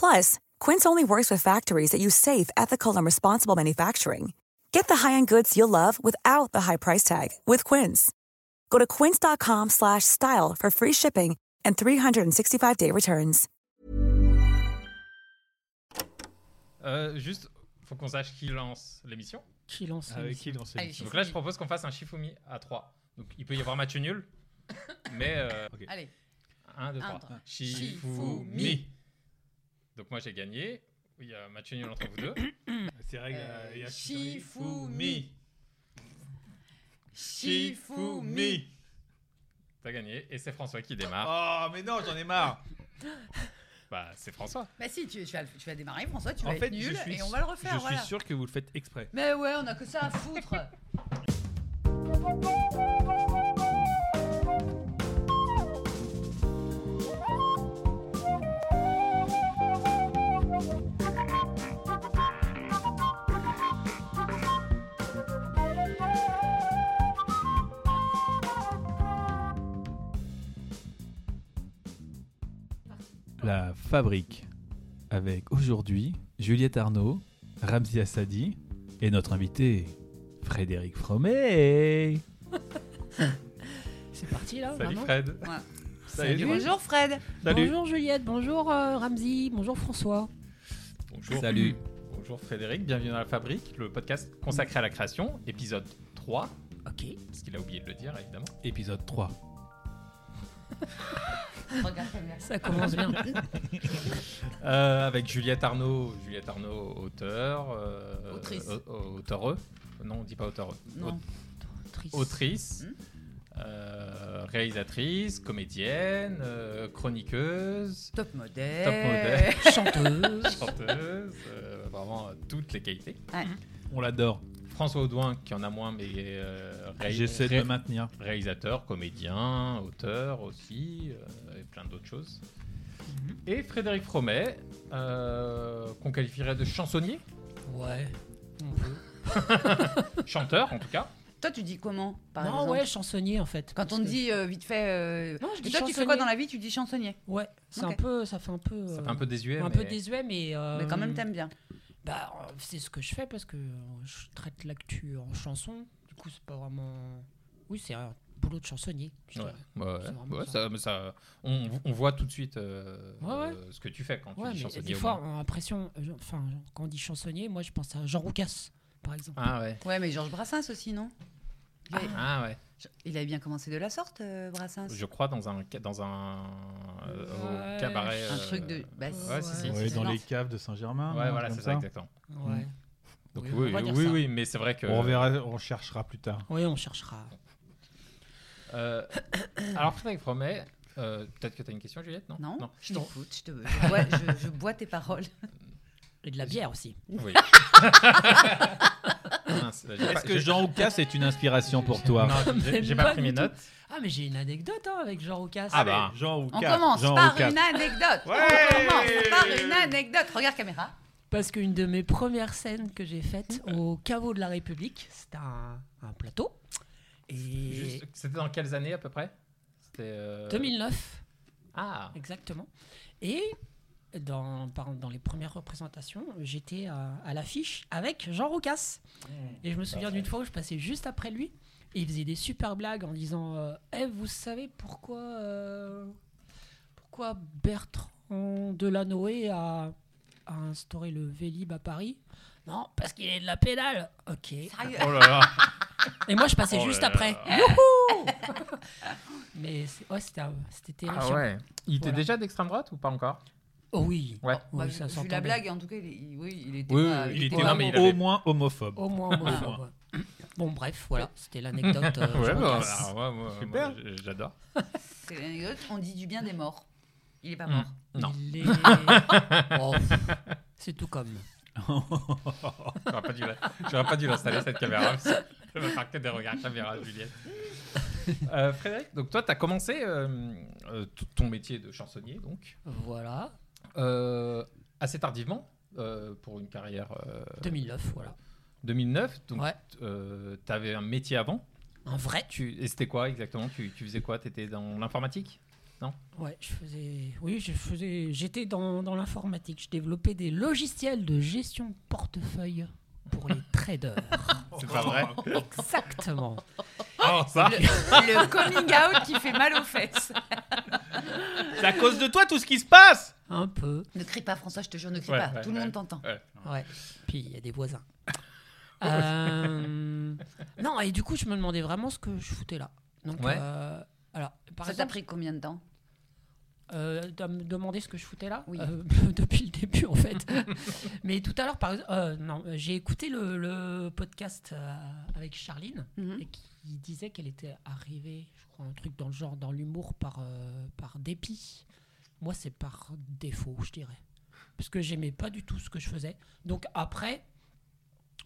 Plus, Quince only works with factories that use safe, ethical, and responsible manufacturing. Get the high-end goods you'll love without the high price tag with Quince. Go to quince.com slash style for free shipping and 365-day returns. Euh, juste, faut qu'on sache qui lance l'émission. Qui lance Avec Ah qui dans Allez, ces Shifumi. Donc là, je propose qu'on fasse un Shifumi à 3. Donc il peut y avoir match nul, mais euh, Allez, 1, 2, Un, 3. trois. Shifumi. Donc moi j'ai gagné. Il y a match nul entre vous deux. C'est règle. euh, il y a- Shifumi. Shifumi. T'as gagné et c'est François qui démarre. Oh, mais non, j'en ai marre. Bah c'est François. Bah si, tu, tu vas, le- tu vas démarrer, François, tu vas en être fait, nul je suis, et on va le refaire, je voilà. suis sûr que vous le faites exprès. Mais ouais, on a que ça à foutre. La fabrique avec aujourd'hui Juliette Arnaud, Ramzi Assadi et notre invité Frédéric Fromet. C'est parti là. Salut vraiment. Fred. Ouais. Salut. Bonjour Fred. Salut. Bonjour Juliette, bonjour euh, Ramzi, bonjour François. Bonjour. Salut. Bonjour Frédéric, bienvenue dans la fabrique, le podcast consacré à la création, épisode 3, Ok. parce qu'il a oublié de le dire évidemment. Épisode 3. Regarde ta mère. Ça commence bien. Euh, avec Juliette Arnaud, Juliette Arnaud, auteur, euh, Autrice. au- au- auteureux, non on dit pas auteureux, Non. Triste. Au- autrice, Hmm. euh, réalisatrice, comédienne, euh, chroniqueuse, Top modèle. Top modèle. Chanteuse. chanteuse, euh, vraiment euh, toutes les qualités. On l'adore. François Audouin qui en a moins mais euh, ré- J'essaie de ré- me maintenir. réalisateur, comédien, auteur aussi, euh, et plein d'autres choses. Et Frédéric Fromet, euh, qu'on qualifierait de chansonnier, Ouais. chanteur en tout cas. Toi, tu dis comment par non, exemple ouais, chansonnier en fait. Quand on Parce que- dit euh, vite fait. euh, Non, je dis toi, tu fais chansonnier. quoi dans la vie Tu dis chansonnier. Ouais, c'est Ok. un peu, ça fait un peu. Ça euh, fait un peu désuet. un mais- peu désuet, mais. euh, Mais quand même, t'aimes bien. Bah, euh, c'est ce que je fais parce que euh, je traite l'actu en chanson. Du coup, c'est pas vraiment. Oui, c'est un boulot de chansonnier. je Ouais, dirais. ouais, C'est vraiment ouais, ça. ça- mais ça- on, on voit tout de suite euh, Ouais, ouais. euh, ce que tu fais quand Ouais, tu dis mais chansonnier. des au fois, moins. on a l'impression. euh, Enfin, quand on dit chansonnier, moi je pense à Jean Roucas, par exemple. Ah ouais. Ouais, mais Georges Brassens aussi, non il avait, Ah ouais. il avait bien commencé de la sorte, euh, Brassens. Je crois dans un ca- dans un euh, au Ouais. cabaret. Un euh, truc de. Bah, Ouais, si, ouais. si, Ouais, si, dans non. les caves de Saint-Germain. Ouais, non, voilà, Ah, comme c'est ça exactement. Mm. Ouais. Donc Oui, on oui, va oui, dire oui, ça. oui, mais c'est vrai que. On verra, on cherchera plus tard. Oui, on cherchera. Euh, alors Frédéric Fromet, euh, peut-être que tu as une question, Juliette, non Non, je t'en- t'écoute, je, te... je, bois, je- je bois tes paroles. Et de la bière aussi. Oui. Mince, j'ai pas- Est-ce que j'ai- Jean Roucas est une inspiration pour toi Non, j'ai- Même j'ai pas pas pris du mes tout. notes. Ah, mais j'ai une anecdote hein, avec Jean Roucas. Ah bah. Jean On Roucas. commence Jean par Roucas. une anecdote. Ouais. On commence par une anecdote. Regarde caméra. Parce qu'une de mes premières scènes que j'ai faites au caveau de la République, c'était un, un plateau. Et Juste, C'était dans quelles années à peu près C'était. euh, 2009. Ah, Exactement. Et dans, par- dans les premières représentations, j'étais à, à l'affiche avec Jean Roucas. Et je me souviens d'une fois où je passais juste après lui. Et il faisait des super blagues en disant euh, Eh, Vous savez pourquoi, euh, pourquoi Bertrand Delanoé a, a instauré le Vélib à Paris Non, parce qu'il est de la pédale. Ok. Sérieux oh là là. Et moi, je passais Oh juste là après. là. Youhou Mais c'est- ouais, c'était un- c'était Ah terrifiant. Il était Voilà. déjà d'extrême droite ou pas encore Oh oui. Ouais. Oh, Bah, oui, vu- ça vu s'entendait. la blague, en tout cas, il, il- oui, il était. Oui, pas- oui, Il était Non, au, mais il vraiment- avait- moins homophobe. Au moins homophobe. bon, bref, voilà, c'était l'anecdote. euh, Ouais, Jean bah, Cass. alors, ouais, moi, Super. moi, j- j'adore. C'est l'anecdote. On dit du bien des morts. Il est pas Hmm. mort. Non. Il est- Oh, pff, c'est tout comme. J'aurais pas dû, la- j'aurais pas dû l'installer cette caméra. parce que Je vais faire que des regards caméra, Juliette. Euh, Frédéric, donc toi, tu as commencé euh, euh, t- ton métier de chansonnier, donc, Voilà, euh, assez tardivement euh, pour une carrière euh, 2009, voilà. 2009. Donc, Ouais. tu avais un métier avant. Un vrai. Tu, et c'était quoi exactement tu, tu faisais quoi Tu étais dans l'informatique Ouais, je faisais. Oui, je faisais. J'étais dans, dans l'informatique. Je développais des logiciels de gestion de portefeuille pour les traders. C'est pas vrai Exactement. Ah, Oh, ça Le, le coming out qui fait mal aux fesses. C'est à cause de toi tout ce qui se passe Un peu. Ne crie pas, François, je te jure, ne crie Ouais, pas. ouais, Tout le ouais. monde t'entend. Ouais. Puis il y a des voisins. Euh, Non, et du coup, je me demandais vraiment ce que je foutais là. Donc, Ouais. euh, alors, par Ça t'a exemple, pris combien de temps euh, de me demander ce que je foutais là, Oui. euh, depuis le début en fait. Mais tout à l'heure, par exemple, euh, non, j'ai écouté le, le podcast euh, avec Charline et qui disait qu'elle était arrivée, je crois, un truc dans le genre, dans l'humour par, euh, par dépit. Moi, c'est par défaut, je dirais. Parce que j'aimais pas du tout ce que je faisais. Donc après,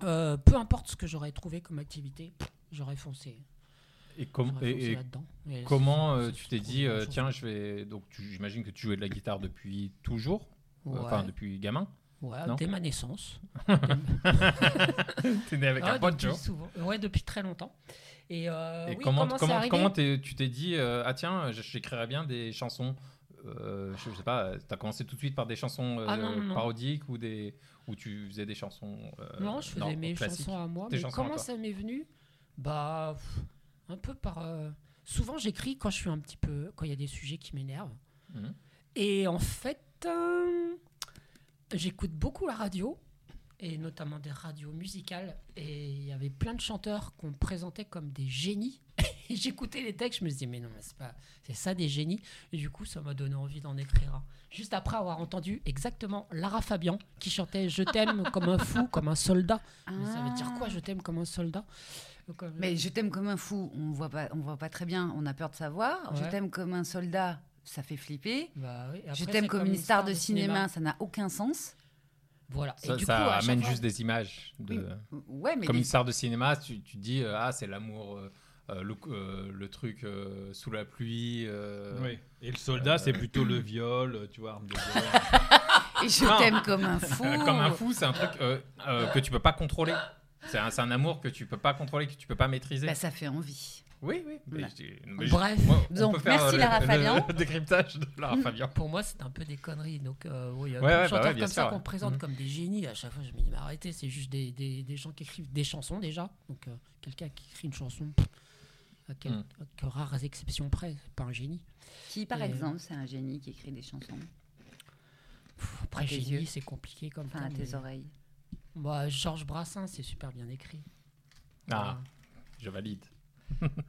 euh, peu importe ce que j'aurais trouvé comme activité, pff, j'aurais foncé. Et, com- J'aurais foncé et- et là-dedans. Mais comment c'est- euh, c'est- tu c'est t'es trop dit, une euh, chose. tiens, je vais. Donc, tu- j'imagine que tu jouais de la guitare depuis toujours, euh, Ouais. enfin, depuis gamin. Ouais, Non dès ma naissance. T'es né avec Ah, un pote, depuis Joe. souvent. Ouais, depuis très longtemps. Et, euh, Et oui, comment, c'est comment, arrivé comment t'es- tu t'es dit, euh, ah tiens, j- j'écrirais bien des chansons euh, je, je sais pas, euh, t'as commencé tout de suite par des chansons euh, Ah, non, non, non. parodiques ou des ou tu faisais des chansons euh, Non, je faisais norm- mes classiques. chansons à moi. Tes Mais chansons à comment toi. ça m'est venu Bah, pff, un peu par. euh, Souvent, j'écris quand je suis un petit peu. quand il y a des sujets qui m'énervent. Mhm. Et en fait, euh, j'écoute beaucoup la radio, et notamment des radios musicales. Et il y avait plein de chanteurs qu'on présentait comme des génies. Et J'écoutais les textes, je me disais, mais non, mais c'est pas. C'est ça des génies. Et du coup, ça m'a donné envie d'en écrire un. Juste après avoir entendu exactement Lara Fabian qui chantait Je t'aime comme un fou, comme un soldat. Mais ça veut dire quoi, je t'aime comme un soldat Donc, euh, Mm. Ah. Mais je t'aime comme un fou, on voit pas, on voit pas très bien, on a peur de savoir. Je Ouais. t'aime comme un soldat, ça fait flipper. bah oui, et après, je t'aime c'est comme, une star de cinéma, cinéma. ça n'a aucun sens. Voilà. Ça, et du ça coup, à chaque amène fois- juste des images de Ouais, mais comme les- une star de cinéma. Tu, tu te dis euh, ah c'est l'amour, euh, euh, le, euh, le truc euh, sous la pluie. euh, Oui. Et le soldat, c'est plutôt le viol, euh, tu vois, arme de guerre. et je t'aime comme un fou. Euh, comme un fou, c'est un truc euh, euh, que tu peux pas contrôler. C'est un, c'est un amour que tu peux pas contrôler, que tu peux pas maîtriser. Bah, ça fait envie. Oui, oui. mais Ouais. je dis- mais je- Bref. moi, on Donc, peut faire merci le- Lara le- Fabian. Le décryptage de Lara Mm. Fabian. Pour moi, c'est un peu des conneries. Donc, euh, oui, il y Ouais, a plein de ouais, bah chanteurs ouais, bien comme ça sûr, qu'on ouais. présente Mhm. comme des génies. À chaque fois, je me dis, mais arrêtez, c'est juste des, des, des gens qui écrivent des chansons déjà. Donc, euh, quelqu'un qui écrit une chanson, pff, à, quel- Mhm. à que rares exceptions près, c'est pas un génie. Qui, par Et- exemple, c'est un génie qui écrit des chansons, Pff, Après, À tes yeux. génie, c'est compliqué comme enfin à terme, tes mais- oreilles. Bah, Georges Brassens, c'est super bien écrit. Ah, je valide.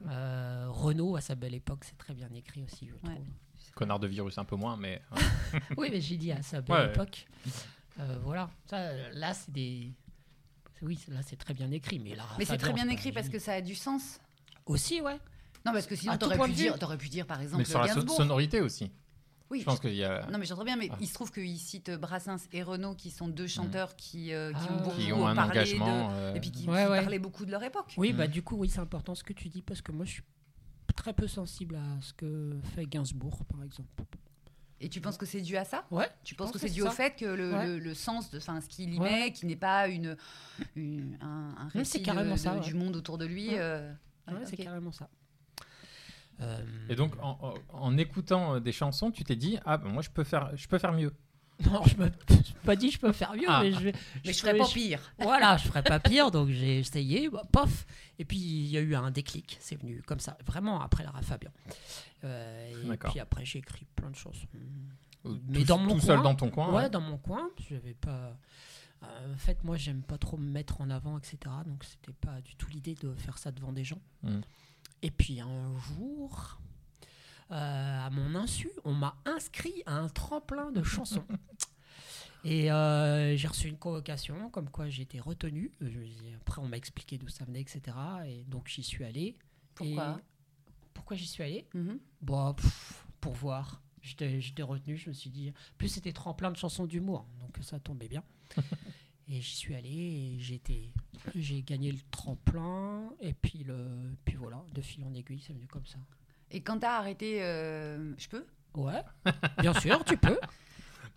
Euh, Renaud, à sa belle époque, c'est très bien écrit aussi, je Ouais. trouve. Connard de virus, un peu moins, mais. euh, Ah, Oui, mais j'ai dit à sa belle Ouais. époque. Euh, voilà, ça, euh, là, c'est des. Oui, là, c'est très bien écrit. Mais, Lara Mais c'est Fabian, très bien pas écrit un parce génie. Ah, que ça a du sens. Aussi, ouais. Non, parce que sinon, À tout t'aurais point pu, de vue. dire- t'aurais pu dire, par exemple, mais sur la so- Gainsbourg. sonorité aussi. Oui, Je pense qu'il y a. Non mais j'entends bien, mais Ah. il se trouve qu'ils citent Brassens et Renaud, qui sont deux chanteurs qui, euh, qui Mm. Ah. ont beaucoup Qui ont un parlé engagement. de- euh, et puis qui, Ouais, qui ouais. parlaient beaucoup de leur époque. Mm. Oui, bah, du coup, oui, c'est important ce que tu dis parce que moi, je suis très peu sensible à ce que fait Gainsbourg, par exemple. Et tu penses que c'est dû à ça Ouais. Tu penses que c'est dû au ça. fait que le, Ouais. le- le sens de, enfin, ce qu'il y Ouais. met, qui n'est pas une, une- un, un c'est récit de- carrément de- ça, ouais. du monde autour de lui. Ouais. euh, Ouais, ouais, C'est ok. carrément ça. Euh, Et donc, en, en- en écoutant euh, des chansons, tu t'es dit, ah, ben, moi, je peux faire, je peux faire mieux. Euh, Non, je me je me suis pas dit je peux faire mieux, Ah. mais je vais. Mais je ferais peux- pas pire. Voilà, je ferais pas pire, donc j'ai essayé, bah, pof. Et puis il y a eu un déclic, c'est venu comme ça, vraiment après Lara Fabian. Euh, et D'accord. puis après j'ai écrit plein de chansons. Euh, Mais tout, dans mon tout seul coin, dans ton coin. ouais, ouais. dans mon coin, j'avais pas. euh, en fait, moi j'aime pas trop me mettre en avant, etc. Donc c'était pas du tout l'idée de faire ça devant des gens. Mhm. Et puis un jour. euh, à mon insu, on m'a inscrit à un tremplin de chansons. Et euh, j'ai reçu une convocation, comme quoi j'ai été retenue. Euh, je- Après, on m'a expliqué d'où ça venait, etc. Et donc, j'y suis allée. Pourquoi Et- Pourquoi j'y suis allée Mhm. Bon, pff, pour voir. J'étais j'étais retenue, je me suis dit. En plus, c'était tremplin de chansons d'humour, donc ça tombait bien. et j'y suis allée et j'ai été- j'ai gagné le tremplin. Et puis, le, puis voilà, de fil en aiguille, c'est venu comme ça. Et quand t'as arrêté, euh, je peux Ouais, bien sûr, tu peux.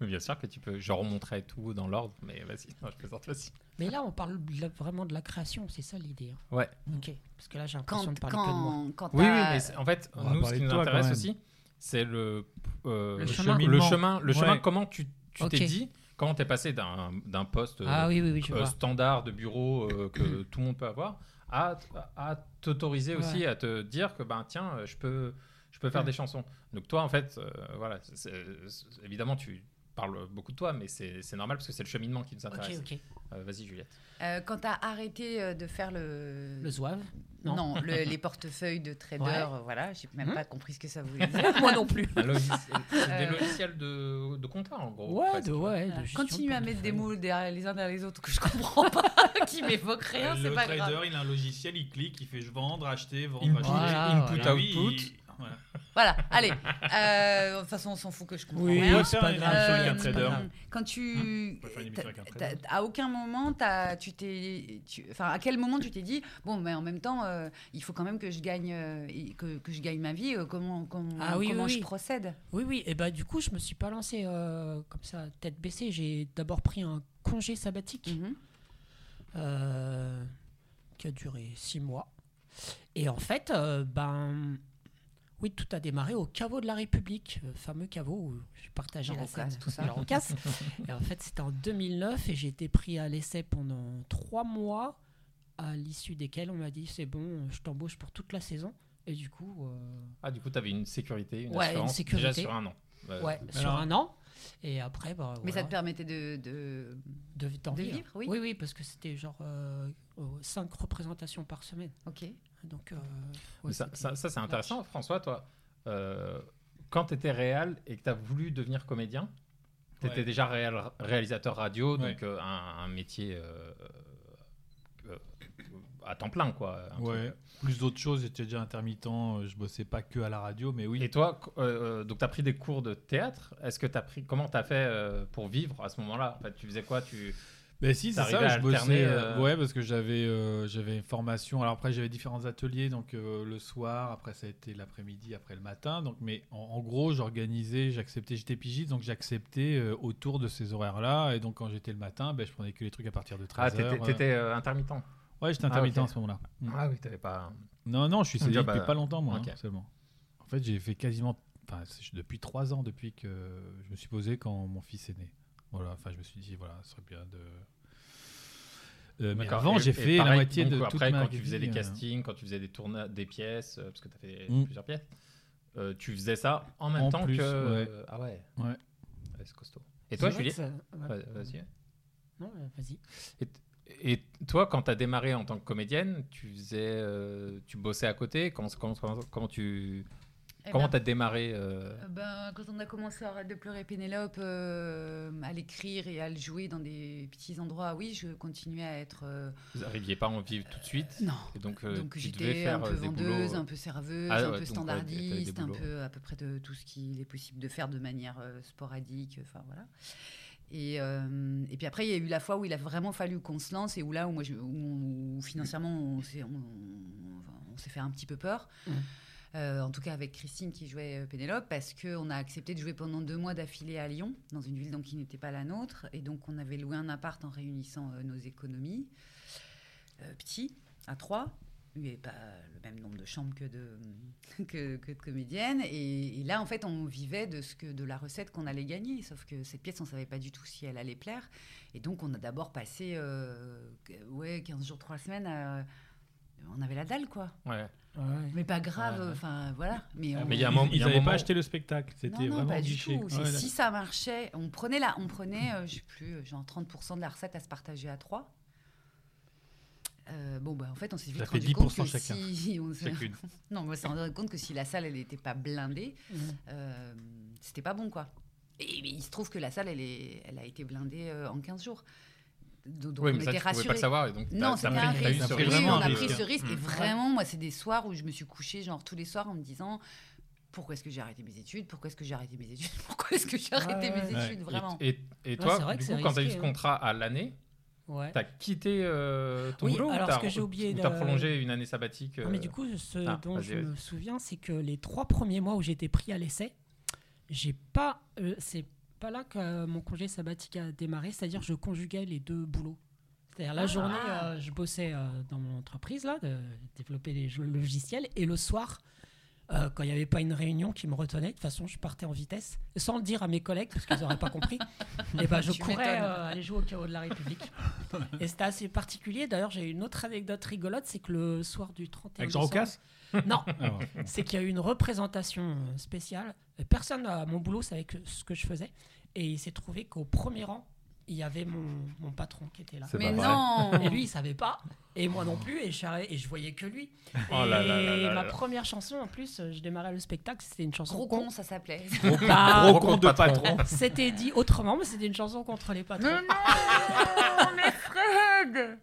Mais Bien sûr que tu peux. Je remonterai tout dans l'ordre, mais vas-y, non, je plaisante, vas-y. Mais là, on parle de la- vraiment de la création, c'est ça l'idée. hein. Ouais. Ok, parce que là, j'ai Quand, l'impression de parler que de moi. quand, quand Oui, oui, Bah, t'as- mais c'est- en fait, on va nous, ce parler qui de nous toi, quand intéresse même. aussi, c'est le, euh, Le chemin, chemin. le chemin, le Ouais. chemin, comment tu tu t'es Ok. dit, comment t'es passé d'un d'un poste Ah oui, oui, oui, je euh, vois. standard de bureau euh, que tout le monde peut avoir, à, à t'autoriser Ouais. aussi à te dire que ben tiens, euh, je peux, je peux faire Ouais. des chansons. Donc toi, en fait, euh, voilà, c'est- c'est- c'est- évidemment tu parles beaucoup de toi, mais c'est c'est normal parce que c'est le cheminement qui nous Ok, intéresse. ok. Euh, Vas-y Juliette. euh, quand t'as arrêté euh, de faire le... Le zouave non, non. le- les portefeuilles de trader, Ouais. euh, voilà, j'ai même Mhm. pas compris ce que ça voulait dire. Moi non plus. Un logiciel- C'est des Euh. logiciels de, de compta en gros. Ouais, presque. de, ouais, de Voilà. gestion Continue de à mettre des portefeuille. mots derrière les uns derrière les autres que je comprends pas, qui m'évoquent rien, Euh, le c'est pas trader, grave. il a un logiciel, il clique, il fait je vendre, acheter, vendre, Input, acheter. Voilà, input, Et lui, output. il- voilà. Voilà, allez. euh, de toute façon, on s'en fout que je comprends Oui, rien. c'est faire pas une grave. émission Euh, c'est avec un pas trader. grave. Quand tu, Hein On peut faire une émission avec un t'as- trader. t'as- à aucun moment, t'as- tu t'es, tu- enfin, à quel moment tu t'es dit, bon, mais en même temps, euh, il faut quand même que je gagne, euh, et que, que je gagne ma vie. euh, comment, comment, Ah oui, comment oui, je oui. procède Oui, oui, et bah du coup, je me suis pas lancé euh, comme ça, tête baissée. J'ai d'abord pris un congé sabbatique Mhm. euh, qui a duré six mois. Et en fait, euh, ben. Oui, tout a démarré au caveau de la République, le fameux caveau où j'ai partagé Jean la scène. Rocasse, tout ça. Jean Rocasse. et en fait, c'était en 2009 et j'ai été pris à l'essai pendant trois mois, à l'issue desquels on m'a dit c'est bon, je t'embauche pour toute la saison. Et du coup, euh, Ah du coup t'avais une sécurité, une Ouais, une assurance déjà sécurité. sur un an. Euh, ouais, sur alors- un an. Et après, bah, Mais ça voilà. te permettait de, de- de, d'en De vivre. vivre, oui. oui, parce que c'était genre 5 représentations par semaine. ok. Eh Donc, euh, Mais ouais, ça, c'était- ça- ça, c'est intéressant. François, toi, euh, quand tu étais réel et que tu as voulu devenir comédien, tu étais Ouais. déjà réel, réalisateur radio, Ouais. donc euh, un, un métier euh, euh, à temps plein, quoi. un truc. Ouais. Plus d'autres choses, j'étais déjà intermittent, euh, je bossais pas que à la radio, mais oui. Et toi, qu- euh, euh, donc tu as pris des cours de théâtre. Est-ce que tu as pris, comment tu as fait euh, pour vivre à ce moment-là En fait, Tu faisais quoi tu... Ben si, c'est T'arrivais à ça, je bossais. alterner, euh, euh, Ouais, parce que j'avais euh, j'avais une formation. Alors après, j'avais différents ateliers, donc euh, le soir, après ça a été l'après-midi, après le matin. Donc, mais en, en gros, j'organisais, j'acceptais, j'étais pigiste, donc j'acceptais euh, autour de ces horaires-là. Et donc quand j'étais le matin, ben, je prenais que les trucs à partir de 13h. Ah, tu étais, intermittent Ouais, j'étais intermittent ok. à ce moment-là. Mm. Ah oui, tu pas... Non, non, je suis Un CDI job depuis à- pas longtemps, moi, hein, bah, Ok. seulement. En fait, j'ai fait quasiment. Enfin, c'est- depuis trois ans, depuis que je me suis posé quand mon fils est né. Voilà, enfin, je me suis dit, voilà, ce serait bien de. Euh, mais D'accord. avant, Et- j'ai et fait la pareil, moitié donc, de toute Après, ma quand tu faisais vie, les euh, castings, quand tu faisais des tournages, des pièces, euh, parce que tu as fait Mm. plusieurs pièces, euh, tu faisais ça en même En temps plus, que. ouais. Ah ouais. Ouais. Ouais, c'est costaud. Et C'est toi, vrai que Juliette ça- ouais. Ouais, Vas-y. Non, euh, vas-y. Et toi, quand tu as démarré en tant que comédienne, tu faisais, euh, tu bossais à côté. Comment, comment, comment- comment tu, Eh comment ben, t'as démarré euh, Euh, ben, quand on a commencé à arrêter de pleurer Pénélope, euh, à l'écrire et à le jouer dans des petits endroits, oui, je continuais à être. euh, Vous n'arriviez pas à en vivre tout de suite. non. Et donc, euh, Donc tu devais j'étais faire un peu euh, des boulots. vendeuse, un peu serveuse, Ah, ouais, donc, un peu ouais, t'avais standardiste, des un boulots, peu à peu près de tout ce qu'il est possible de faire de manière euh, sporadique. Enfin voilà. Et, euh, et puis après, il y a eu la fois où il a vraiment fallu qu'on se lance et où là, où, moi, je- où, où financièrement, on s'est, on, on s'est fait un petit peu peur. Mmh. Mhm. Euh, en tout cas avec Christine qui jouait euh, Pénélope, parce qu'on a accepté de jouer pendant deux mois d'affilée à Lyon, dans une ville donc qui n'était pas la nôtre. Et donc on avait loué un appart en réunissant euh, nos économies, euh, petit, à trois. il n'y avait pas le même nombre de chambres que de, que, que de comédiennes. Et, et là, en fait, on vivait de, ce que, de la recette qu'on allait gagner. Sauf que cette pièce, on ne savait pas du tout si elle allait plaire. Et donc, on a d'abord passé euh, qu- ouais, 15 jours, 3 semaines. à- on avait la dalle, quoi. Ouais. Mais pas grave, Ouais, ouais. enfin voilà. Mais, on- mais il y a un Ils- moment- il Ils y a un n'avaient moment pas où- acheté le spectacle. Non, C'était non, vraiment pas du guichet. tout. C'est Ouais, là. Si ça marchait, on prenait, la, on prenait euh, je sais plus, euh, genre 30% de la recette à se partager à 3. bon, bah, en fait, on s'est vite Ça fait rendu compte 10% que chacun. si... on s'est- Chacune. non, on s'est rendu compte que si la salle, elle n'était pas blindée, euh, c'était pas bon, quoi. Et mais il se trouve que la salle, elle, est, elle a été blindée euh, en 15 jours. Donc, donc Oui, on mais ça, était tu pouvais rassurés. pas le savoir. Et donc, t'as- Non, c'était t'as un pris- t'as eu risque. ce pris Oui, risque. vraiment on a un pris risque. ce risque. Et Mm. vraiment, moi, c'est des soirs où je me suis couchée, genre tous les soirs, en me disant Pourquoi est-ce que j'ai arrêté mes études Pourquoi est-ce que j'ai arrêté mes études Pourquoi est-ce que j'ai arrêté ouais. mes Ouais. études Vraiment. Et, et- et Ouais, c'est toi, vrai du que coup, c'est quand t'as eu ce risqué, hein. contrat à l'année, Ouais. t'as quitté euh, ton Oui, boulot alors, ou t'as, ce que j'ai oublié ou de- t'as prolongé une année sabbatique Non, mais du euh, coup, ce ah, dont vas-y, je vas-y. me souviens, c'est que les trois premiers mois où j'étais pris à l'essai, j'ai pas. euh, c'est pas là que euh, mon congé sabbatique a démarré, c'est-à-dire je conjuguais les deux boulots. C'est-à-dire Ah. la journée, euh, je bossais euh, dans mon entreprise, là, de développer les jeux- logiciels, et le soir. euh, quand il n'y avait pas une réunion qui me retenait, de toute façon, je partais en vitesse, sans le dire à mes collègues, parce qu'ils n'auraient pas compris. Et ben, je Tu courais m'étonnes. euh, aller jouer au carreau de la République. Et c'était assez particulier. D'ailleurs, j'ai une autre anecdote rigolote, c'est que le soir du 31 Avec Jean décembre- Roucas Non, Ah ouais. c'est qu'il y a eu une représentation euh, spéciale. Euh, Personne à mon boulot savait que- ce que je faisais. Et il s'est trouvé qu'au premier rang, il y avait mon, mon patron qui était là. C'est Mais pas vrai. non Et lui, il savait pas, et moi non plus, et je, savais- et je voyais que lui. Oh et là là là là là. ma première chanson, en plus, euh, je démarrais le spectacle, c'était une chanson. Gros con, ça s'appelait. Bah, Gros Gros con compte de patron. patron. C'était dit autrement, mais c'était une chanson contre les patrons. mais Fred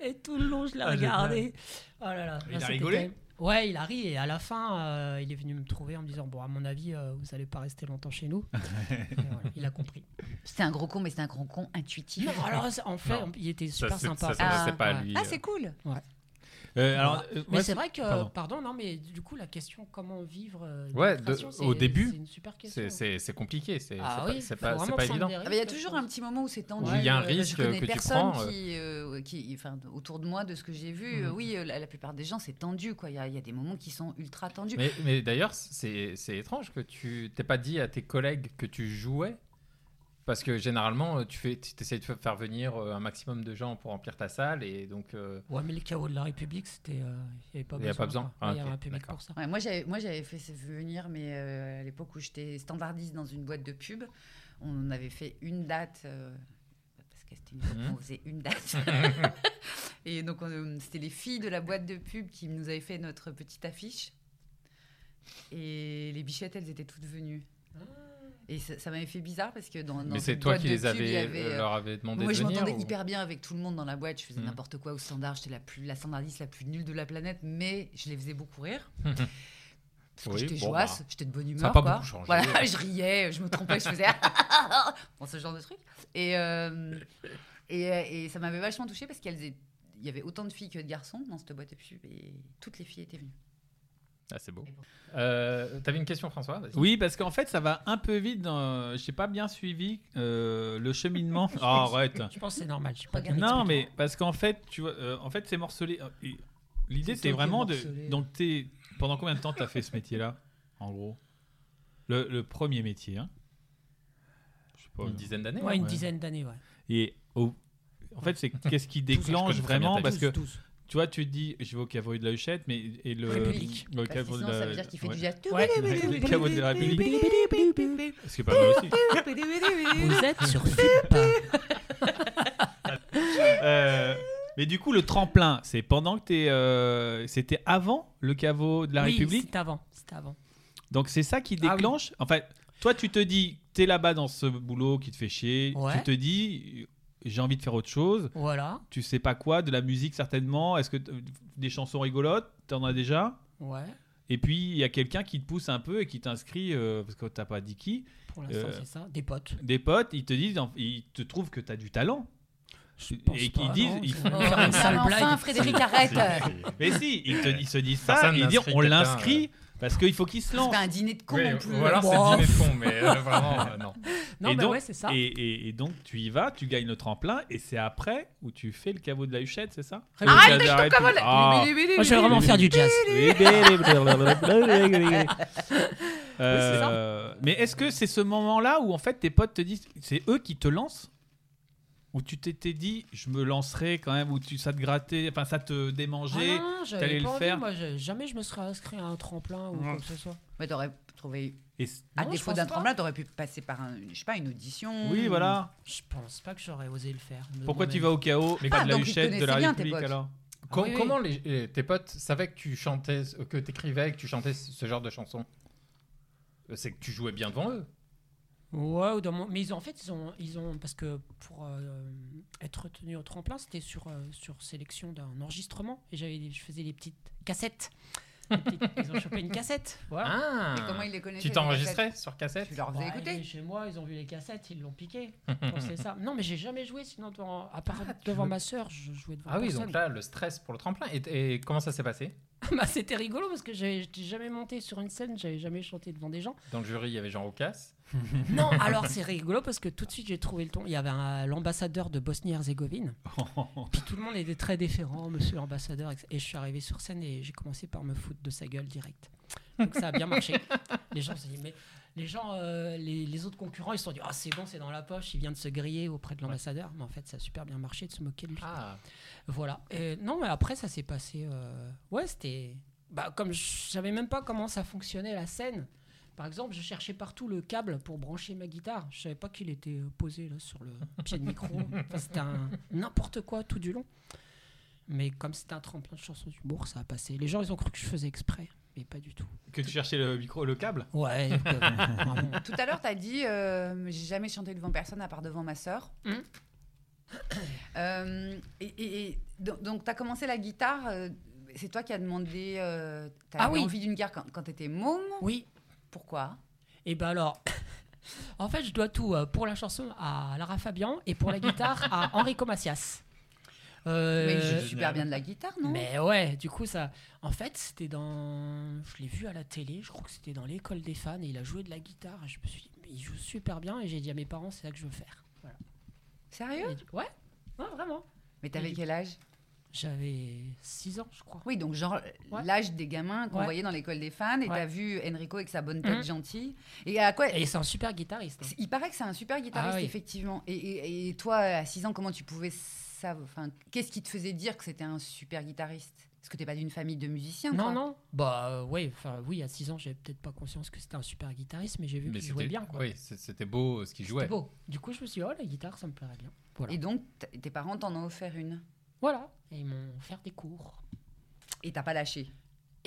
Et tout le long, je l'ai Ah, regardé. Oh là là. Il là, a c'était rigolé quand même- Ouais, il a ri. Et à la fin, euh, il est venu me trouver en me disant Bon, à mon avis, euh, vous allez pas rester longtemps chez nous. Et voilà, il a compris. C'était un gros con, mais c'était un gros con intuitif. Non, alors, en fait, Non. il était Ça, super c'est- sympa. ça, ça, c'est Ouais. pas à lui. Ah, c'est cool Euh, alors, Voilà. euh, mais moi, c'est vrai que, pardon. pardon. non, mais du coup, la question comment vivre euh, Ouais, de- l'immigration, au c'est- début, c'est une super question. C'est- C'est c'est compliqué. C'est Ah c'est pas- oui, c'est faut pas, c'est vraiment pas prendre évident. des Ah risques, bah, Il y a je toujours pense. un petit moment où c'est tendu. Où il y a un Euh, risque je connais que tu personne prends, Mm. euh. Qui, euh, qui, enfin, autour de moi, de ce que j'ai vu, euh, oui, euh, la, la plupart des gens, c'est tendu. quoi. Il y, a- il y a des moments qui sont ultra tendus. Mais, mais d'ailleurs, c'est c'est étrange que tu t'aies pas dit à tes collègues que tu jouais. Parce que généralement, tu fais, tu essaies de faire venir euh, un maximum de gens pour remplir ta salle. Et donc, euh, Ouais, mais le chaos de la République, c'était. euh, il n'y avait pas Il y besoin. avait pas besoin. quoi. Ah, Ouais, il y avait ok, un public d'accord. pour ça. Ouais, moi, j'avais, moi, j'avais fait venir, mais euh, à l'époque où j'étais standardiste dans une boîte de pub, on avait fait une date. euh, parce que c'était une époque Mmh. où on faisait une date. Et donc, on, euh, c'était les filles de la boîte de pub qui nous avaient fait notre petite affiche. Et les bichettes, elles étaient toutes venues. Et ça, ça m'avait fait bizarre parce que dans, dans Ah. mais c'est cette toi boîte qui de les pub, il avais, y avait, euh, leur avais demandé moi, de je venir. m'entendais ou- hyper bien avec tout le monde dans la boîte. Je faisais Mhm. n'importe quoi au standard. J'étais la, plus, la standardiste la plus nulle de la planète, mais je les faisais beaucoup rire. Parce que Oui, j'étais bon, joasse, bah, j'étais de bonne humeur. pas quoi. beaucoup changé. Voilà, je riais, je me trompais, je faisais bon, ce genre de truc. Et, euh, et, euh, et ça m'avait vachement touchée parce qu'elles étaient- il y avait autant de filles que de garçons dans cette boîte de pub et toutes les filles étaient venues. Ah, c'est beau. Euh, T'avais une question, François Vas-y. Oui, parce qu'en fait, ça va un peu vite. Dans... Je n'ai pas bien suivi euh, le cheminement. Oh, Ah, arrête. Je pense que c'est normal. j'ai pas bien Non, expliqué. mais parce qu'en fait, tu vois, euh, en fait, c'est morcelé. Euh, et L'idée, C'est toi c'est qui vraiment es de. morcelé. Donc, t'es- pendant combien de temps t'as fait ce métier-là, en gros le, le premier métier, hein Je sais pas. Une dizaine d'années hein. Ouais, une Ouais. dizaine d'années, ouais. Et au- en fait, c'est qu'est-ce qui hein, déclenche je connais très bien vraiment ta Parce que 12. tu vois, tu te dis, je vais au caveau de la Huchette, mais et le. République. le Parce que caveau de sinon, la- ça veut euh, dire qu'il fait du ouais. jazz. Ouais. Le caveau de la République. Ce qui est pas mal aussi. Ah, Vous Ah. êtes sur FIP. Euh, mais du coup, le tremplin, c'est pendant que t'es. euh, C'était avant le caveau de la oui, République. C'était avant. C'était avant. Donc c'est ça qui Ah oui. déclenche. En fait, toi, tu te dis, t'es là-bas dans ce boulot qui te fait chier. Ouais. Tu te dis, j'ai envie de faire autre chose. Voilà. Tu sais pas quoi, de la musique certainement. Est-ce que t- des chansons rigolotes, t'en as déjà Ouais. Et puis il y a quelqu'un qui te pousse un peu et qui t'inscrit euh, parce que t'as pas dit qui. Pour l'instant, Euh, c'est ça. Des potes. Des potes, ils te disent, ils te trouvent que t'as du talent. pense et qui pas, disent, non, ils c'est- font- Oh, Faire une sale enfin, blague. Frédéric, arrête Mais si, ils, te- ils se disent ça, Personne ils disent n'inscrit on quelqu'un, euh. l'inscrit Parce qu'il faut qu'ils se C'est lancent. pas un dîner de con Oui, euh, non plus. ou alors Bon. c'est dîner de con, mais euh, vraiment, euh, non. Non, et, bah donc, ouais, c'est ça. Et, et- et donc, tu y vas, tu gagnes le tremplin, et c'est après où tu fais le caveau de la huchette, c'est ça Arrête Le caveau de la huchette. Ah. Moi, je vais vraiment faire du jazz. Euh, mais est-ce que c'est ce moment-là où en fait tes potes te disent, c'est eux qui te lancent Ou tu t'étais dit, je me lancerai quand même, ou tu, ça te grattait, enfin ça te démangeait Ah non, j'avais t'allais pas le envie, faire. Moi, j'ai- jamais je me serais inscrit à un tremplin ou Ouais. quoi que ce soit. Mais t'aurais trouvé. et c- À Non, je défaut pense d'un pas. tremplin, t'aurais pu passer par un, je sais pas, une audition. Oui, voilà. Je pense pas que j'aurais osé le faire. de Pourquoi tu vas moi-même. au chaos, mais pas Ah, de la donc ils te huchette de la connaissaient bien, tes République potes. alors Com- oui, oui. Comment les- les- tes potes savaient que tu chantais, euh, que t'écrivais, que tu chantais ce ce genre de chansons Euh, C'est que tu jouais bien devant eux. Ouais, ou dans mon- mais ils ont, en fait, ils ont, ils ont, parce que pour euh, être retenu au tremplin, c'était sur, euh, sur sélection d'un enregistrement. Et j'avais, des- je faisais des petites cassettes. Des petites- ils ont chopé une cassette. Voilà. Ah Et comment ils les connaissaient Tu les t'enregistrais cassettes sur cassette Tu leur faisais Bah, écouter Chez moi, ils ont vu les cassettes, ils l'ont piqué. Mm, Donc, c'est ça. Non, mais j'ai jamais joué, sinon, devant, à Ah, part devant ma sœur, je jouais devant Ah oui, personne. donc là, le stress pour le tremplin. Et, et comment ça s'est passé Bah, c'était rigolo parce que j'avais- j'étais jamais monté sur une scène, j'avais jamais chanté devant des gens. Dans le jury, il y avait Jean Roucas. Non, alors c'est rigolo parce que tout de suite j'ai trouvé le ton. Il y avait un- l'ambassadeur de Bosnie-Herzégovine. Puis tout le monde était très déférent, monsieur l'ambassadeur. etc. Et je suis arrivé sur scène et j'ai commencé par me foutre de sa gueule direct. Donc ça a bien marché. Les gens se sont dit, mais les, gens, euh, les, les autres concurrents, ils se sont dit, ah c'est bon, c'est dans la poche, il vient de se griller auprès de l'ambassadeur. Mais en fait, ça a super bien marché de se moquer de lui. Ah Voilà. Et non, mais après, ça s'est passé. euh, Ouais, c'était. Bah, comme je savais même pas comment ça fonctionnait la scène. Par exemple, je cherchais partout le câble pour brancher ma guitare. Je savais pas qu'il était euh, posé là sur le pied de micro. Enfin, c'était un n'importe quoi tout du long. Mais comme c'était un tremplin de chansons d'humour, ça a passé. Les gens, ils ont cru que je faisais exprès, mais pas du tout. Que tu cherchais le micro, le câble Ouais. donc, euh, vraiment. Tout à l'heure, t'as dit euh, J'ai jamais chanté devant personne à part devant ma sœur. Hum. Euh, et, et- et donc, donc, t'as commencé la guitare. euh, c'est toi qui as demandé. euh, t'as Ah eu oui. envie d'une guitare quand, quand t'étais môme. oui, Pourquoi Et ben alors, en fait, je dois tout euh, pour la chanson à Lara Fabian et pour la guitare à Enrico Macias. Euh, Mais je joue super bien de la guitare, non mais ouais, du coup, ça. En fait, c'était dans. Je l'ai vu à la télé, je crois que c'était dans l'école des fans et il a joué de la guitare. Et je me suis dit, mais il joue super bien et j'ai dit à mes parents, c'est ça que je veux faire. Voilà. Sérieux Et du- Ouais, ouais, vraiment. Mais t'avais Et- quel âge J'avais 6 ans, je crois. Oui, donc genre Ouais. l'âge des gamins qu'on Ouais. voyait dans l'école des fans. Et Ouais. t'as vu Enrico avec sa bonne tête Mhm. gentille. Et à quoi Et c'est un super guitariste. hein. C'est- Il paraît que c'est un super guitariste, Ah oui. effectivement. Et, et- et toi, à 6 ans, comment tu pouvais savoir enfin, Qu'est-ce qui te faisait dire que c'était un super guitariste Parce que t'es pas d'une famille de musiciens, Non, toi. non. Bah euh, ouais, enfin oui, à 6 ans, j'avais peut-être pas conscience que c'était un super guitariste, mais j'ai vu Mais qu'il jouait c'était bien. Quoi. Oui, c'est- c'était beau euh, ce qu'il jouait. C'était beau. Du coup, je me suis dit, oh, la guitare, ça me plairait bien. Voilà. Et Et, donc, t- tes parents t'en ont offert une. voilà. Et ils m'ont offert des cours. Et t'as pas lâché.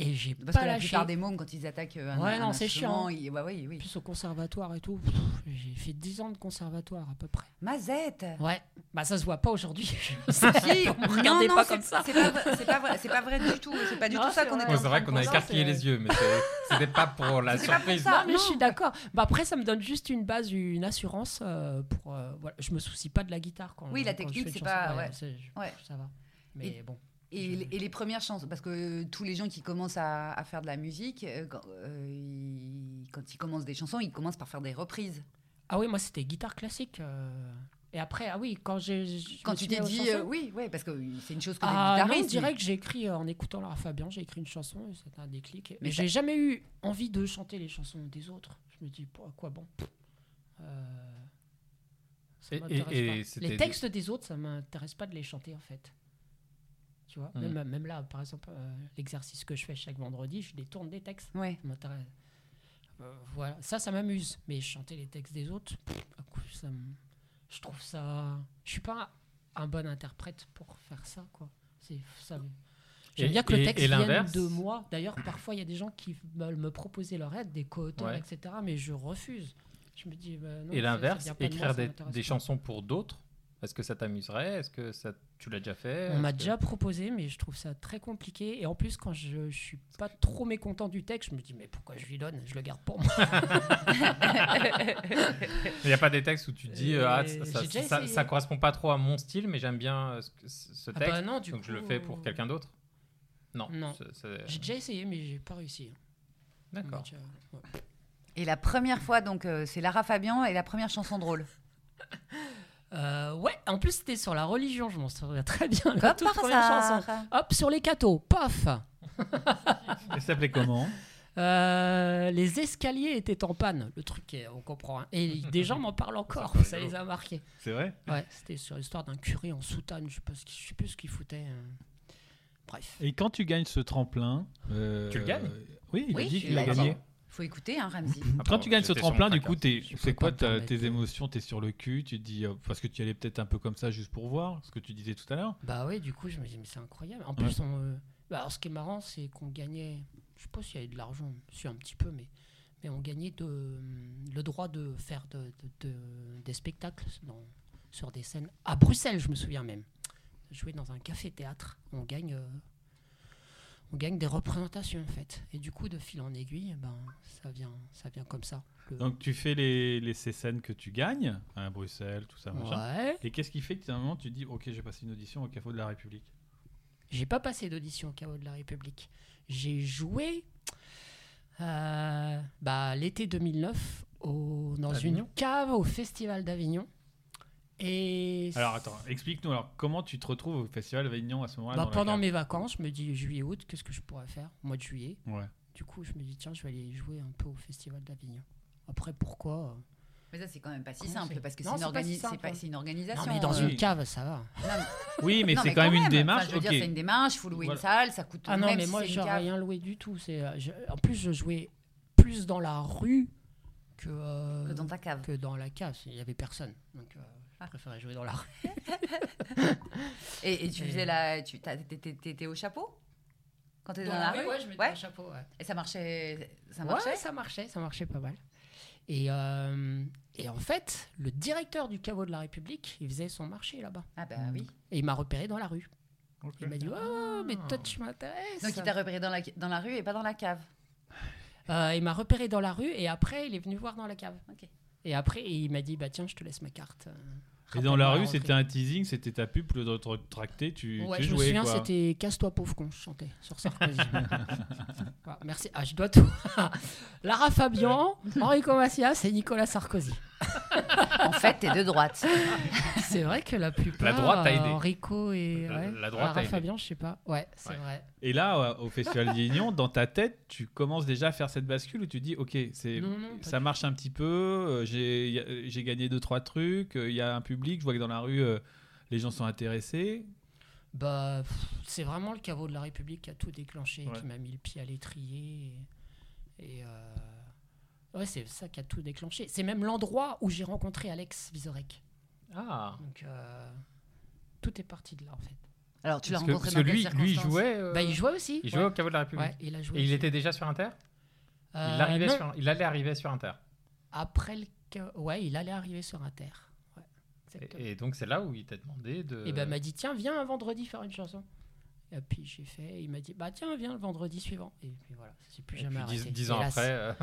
Et j'ai Parce pas que la lâché. plupart des mômes, quand ils attaquent euh, un, Ouais, un non, c'est instrument, chiant. ils- ouais, oui, oui. En plus au conservatoire et tout, pff, j'ai fait 10 ans de conservatoire à peu près. Mazette Ouais, bah ça se voit pas aujourd'hui. Si, me regardez non, non, pas c'est- comme ça. C'est pas, vrai- c'est pas, vrai- c'est pas vrai du tout. C'est pas du Non, tout ça c'est qu'on vrai. était Ouais, en c'est train vrai de qu'on a penser. écarquillé les yeux, mais c'est- c'était pas pour la C'est pas pour surprise. ça. Non, mais je Ah non. suis d'accord. Bah après, ça me donne juste une base, une assurance euh, pour. euh, voilà. Je me soucie pas de la guitare quand. Oui, la quand je technique, fais c'est une pas- chanson. ouais. je- Ouais. Ça va. Mais Et- bon. Et, les- et les premières chansons, parce que euh, tous les gens qui commencent à, à faire de la musique, euh, quand, euh, ils, quand ils commencent des chansons, ils commencent par faire des reprises. Ah oui, moi c'était guitare classique. euh, Et après, ah oui, quand j'ai. je me Quand tu suis t'es mis aux dit, chansons- euh, oui, ouais, parce que c'est une chose que les Ah non, guitaristes. direct, j'ai écrit euh, en écoutant Lara Fabian, j'ai écrit une chanson et c'était un déclic. Mais Mais t'as- j'ai jamais eu envie de chanter les chansons des autres. Je me dis, pour- à quoi bon Euh, ça Et- et- m'intéresse et pas. c'était- Les textes des autres, ça m'intéresse pas de les chanter en fait. Tu vois, Hmm. même, même là, par exemple, euh, l'exercice que je fais chaque vendredi, je détourne des textes. Ouais. Ça m'intéresse. Euh, voilà, ça, ça m'amuse. Mais chanter les textes des autres, pff, à coup, ça me- je trouve ça. Je suis pas un bon interprète pour faire ça, quoi. C'est ça. J'aime Et- bien que le et- texte et vienne l'inverse de moi. D'ailleurs, parfois, il y a des gens qui veulent me proposer leur aide, des co-auteurs, Ouais. etc. Mais je refuse. Je me dis. bah, non, Et ça- ça l'inverse, vient pas de moi, écrire ça des, m'intéresse des pas. chansons pour d'autres, est-ce que ça t'amuserait Est-ce que ça, tu l'as déjà fait On m'a Est-ce que- déjà proposé, mais je trouve ça très compliqué. Et en plus, quand je, je suis pas trop mécontent du texte, je me dis mais pourquoi je lui donne Je le garde pour moi. Ah Il n'y a pas des textes où tu te dis Euh, euh, ah, ça, j'ai ça, déjà ça- essayé. ça correspond pas trop à mon style, mais j'aime bien euh, ce, ce- ce Ah texte, bah non, du donc je le coup, fais pour quelqu'un d'autre. Non. Non. c'est- c'est- J'ai déjà essayé, mais j'ai pas réussi. hein. D'accord. Donc, euh, ouais. Et la première fois, donc, euh, c'est Lara Fabian et la première chanson drôle. Euh, ouais, en plus c'était sur la religion, je m'en souviens très bien. La toute par première hasard. chanson. Hop, sur les cathos, paf Elle s'appelait comment Euh, Les escaliers étaient en panne, le truc, est- on comprend. hein. Et des gens m'en parlent encore, ça, les a marqués. C'est vrai Ouais, c'était sur l'histoire d'un curé en soutane, je sais, pas ce qu'il- je sais plus ce qu'il foutait. euh. Bref. Et quand tu gagnes ce tremplin. euh, Tu le gagnes Oui, il a Oui, dit tu qu'il l'a l'as gagné. dit. Faut écouter, hein, Ramsey. Quand tu gagnes ce tremplin, du coup, t'es- Je c'est peux quoi pas me ta- permettre tes de- émotions T'es sur le cul, tu te dis. euh, Parce que tu y allais peut-être un peu comme ça juste pour voir, ce que tu disais tout à l'heure. Bah ouais, du coup, je me dis, mais c'est incroyable. En plus, on, euh, bah, alors, ce qui est marrant, c'est qu'on gagnait, je sais pas s'il y avait de l'argent, si un petit peu, mais, mais on gagnait de, hum, le droit de faire de, de- de- des spectacles dans- sur des scènes à Bruxelles, je me souviens même. Jouer dans un café-théâtre, on gagne. euh, on gagne des représentations en fait. Et du coup, de fil en aiguille, ben, ça, vient, ça vient comme ça. Le- Donc tu fais les, les- ces scènes que tu gagnes, à Bruxelles, tout ça, machin. ouais. Et qu'est-ce qui fait que, à un moment, tu dis Ok, j'ai passé une audition au CAFO de la République J'ai pas passé d'audition au chaos de la République. J'ai joué euh, bah, l'été 2009 au- dans Avignon. une cave au Festival d'Avignon. Et Alors attends, explique-nous, alors comment tu te retrouves au Festival Avignon à ce moment-là bah, dans la pendant cave mes vacances, je me dis juillet-août, qu'est-ce que je pourrais faire au mois de juillet Ouais. Du coup, je me dis, tiens, je vais aller jouer un peu au Festival d'Avignon. Après, pourquoi euh, Mais ça, c'est quand même pas si Comment simple, c'est parce que c'est Non, une, c'est pas si organi- simple, c'est pas- hein. c'est une organisation. Non, mais dans euh, une cave, ça va. Oui, mais non, c'est quand, même une Enfin, démarche. je veux dire, ok. c'est une démarche, faut louer Voilà. une salle, ça coûte Ah non, même mais si moi, c'est une j'ai cave. rien loué du tout. C'est, euh, je- en plus, je jouais plus dans la rue que, euh, Que dans ta cave. que dans la cave. Il n'y avait personne. Donc, euh, Ah. je préférais jouer dans la rue. Et, et tu Et- faisais la. Tu t'as- t'étais- t'étais- t'étais au chapeau Quand t'étais dans la rue Ouais, je mettais Ouais. un chapeau. Ouais. Et ça marchait. Ça Ouais, marchait ça marchait, ça marchait pas mal. Et, euh, et en fait, le directeur du caveau de la République, il faisait son marché là-bas. Ah, bah oui. Et il m'a repéré dans la rue. Ok. Il m'a dit Oh, mais toi, tu m'intéresses. Ah. Donc, il t'a repéré dans la, dans la rue et pas dans la cave. Euh, il m'a repéré dans la rue et après, il est venu voir dans la cave. Ok. Et après, il m'a dit bah tiens, je te laisse ma carte. euh, Et dans rappelle-moi la à rue, l'entrée. c'était un teasing, c'était ta pub, le droit de te tracter, tu, Ouais, tu je me jouais, souviens, quoi. c'était Casse-toi, pauvre con, je chantais sur Sarkozy. Voilà, merci. Ah, je dois tout. à Lara Fabian, Enrico Macias et Nicolas Sarkozy. En fait, t'es de droite. C'est vrai que la La plupart. droite a euh, aidé. Enrico et. La- ouais, la droite Lara a aidé. Fabian, je sais pas. Ouais, c'est Ouais. vrai. Et là, ouais, au Festival d'Avignon, dans ta tête, tu commences déjà à faire cette bascule où tu dis Ok, c'est Non, non, pas ça marche un petit peu, euh, j'ai y a- euh, j'ai gagné deux, trois trucs, euh, il y a un public, je vois que dans la rue, euh, les gens sont intéressés. Bah, pff, c'est vraiment le caveau de la République qui a tout déclenché, Ouais. qui m'a mis le pied à l'étrier. Et, et, euh, ouais, c'est ça qui a tout déclenché. C'est même l'endroit où j'ai rencontré Alex Vizorek. Ah. Donc, euh, tout est parti de là, en fait. Alors, tu l'as Parce que, rencontré parce que dans lui, quelles lui il circonstances jouait. euh, Bah, il jouait aussi. il jouait au caveau de la République. Ouais, il a joué. Et il était déjà sur Inter Euh, il, arrivait non, sur, il allait arriver sur Inter. Après le. ca- Ouais, il allait arriver sur Inter. Ouais, exactement. Et, euh, et donc, c'est là où il t'a demandé de. Et ben, il m'a dit tiens, viens un vendredi faire une chanson. Et puis j'ai fait. Il m'a dit bah tiens, viens le vendredi suivant. Et puis voilà, j'ai plus Et jamais puis, dix- arrêté. dix ans Hélas. après. euh,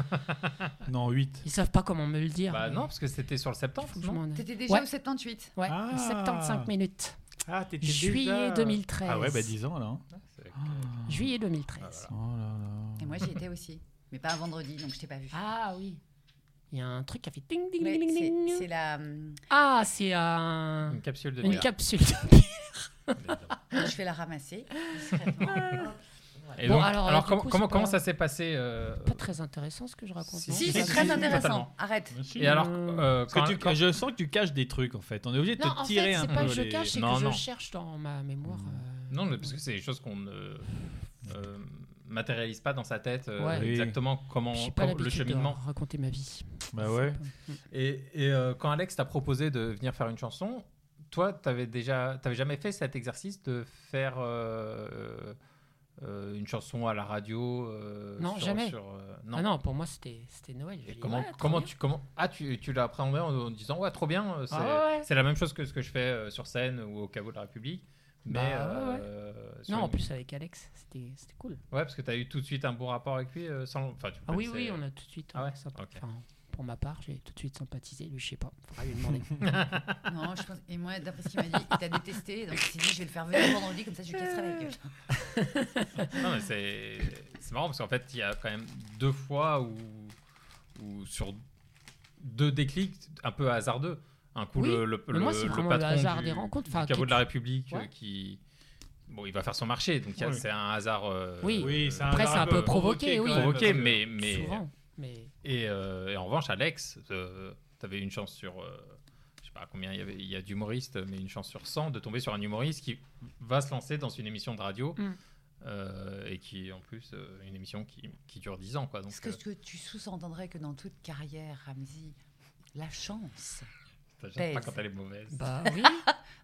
Non, 8. Ils savent pas comment me le dire. bah, mais non, parce que c'était sur le septembre. faut que je non m'en aille. T'étais déjà Ouais. au 78. Ouais, Ah. 75 minutes. Ah, t'étais Juillet 2013. Ah ouais, bah 10 ans là. hein. Ouais, c'est- Juillet 2013. Oh là là. Et moi, j'y étais aussi. Mais pas un vendredi, donc je t'ai pas vu. Ah oui. Il y a un truc qui a fait ding ding Ouais, ding c'est- ding C'est ding. la. hum, Ah, c'est un- Une capsule de une bière. capsule. de- Je vais la ramasser discrètement. Et Bon, donc, alors, alors, du comment, coup, comment, c'est comment pas- ça s'est passé euh, Pas très intéressant ce que je raconte. Si, non si, si, c'est si, très si, intéressant. totalement. Arrête. Et alors, euh, Parce quand, que tu- quand- je sens que tu caches des trucs en fait. On est obligé de Non, te en tirer fait, un c'est peu. pas que je les- cache, c'est Non, que non. je cherche dans ma mémoire. euh, Non, mais parce que c'est des choses qu'on ne euh, matérialise pas dans sa tête euh, Ouais. Oui. exactement comment, J'ai pas comment- le l'habitude de cheminement. raconter ma vie. Bah ouais. Et, et, euh, quand Alex t'a proposé de venir faire une chanson, toi, t'avais déjà, t'avais jamais fait cet exercice de faire euh, euh, une chanson à la radio euh, Non, sur- jamais. sur, euh, Non. non. Ah non, pour moi c'était c'était Noël. Je Et dis, comment, ouais, trop comment bien. tu comment ah tu, tu l'as appréhendé en, en disant ouais trop bien euh, c'est Ah ouais, ouais. c'est la même chose que ce que je fais euh, sur scène ou au caveau de la République mais Bah ouais, euh, sur Non, en une- plus avec Alex, c'était c'était cool. ouais parce que tu as eu tout de suite un bon rapport avec lui euh, sans enfin tu Ah oui, c'est- oui, on a tout de suite. Ah hein, ouais ça- Ok. enfin, pour ma part, j'ai tout de suite sympathisé. Lui, je sais pas, faudra lui demander. Non, je pense. Et moi, d'après ce qu'il m'a dit, il t'a détesté. Donc il s'est dit, je vais le faire venir vendredi, comme ça, je lui casserai la gueule. Non, mais c'est c'est marrant parce qu'en fait, il y a quand même deux fois où, où sur deux déclics un peu hasardeux. Un coup, Oui, le, le, mais moi, le- c'est le vraiment le patron hasard du, des rencontres, du enfin, caveau qui- de la République Ouais. euh, qui. Bon, il va faire son marché, donc il y a- Oui. c'est un hasard. euh, Oui. Oui, c'est un Après, hasard c'est un peu provoqué, quand oui. même, provoqué, parce que- mais. mais euh, Souvent. Mais et, euh, et en revanche, Alex, euh, t'avais une chance sur. euh, je sais pas combien il y, avait, il y a d'humoristes, mais une chance sur 100 de tomber sur un humoriste qui va se lancer dans une émission de radio. Mm. euh, et qui, en plus, euh, une émission qui, qui dure 10 ans. Quoi, donc, Est-ce que euh, tu- tu sous-entendrais que dans toute carrière, Ramzi, la chance ça, j'aime pas pèse. quand elle est mauvaise. bah oui,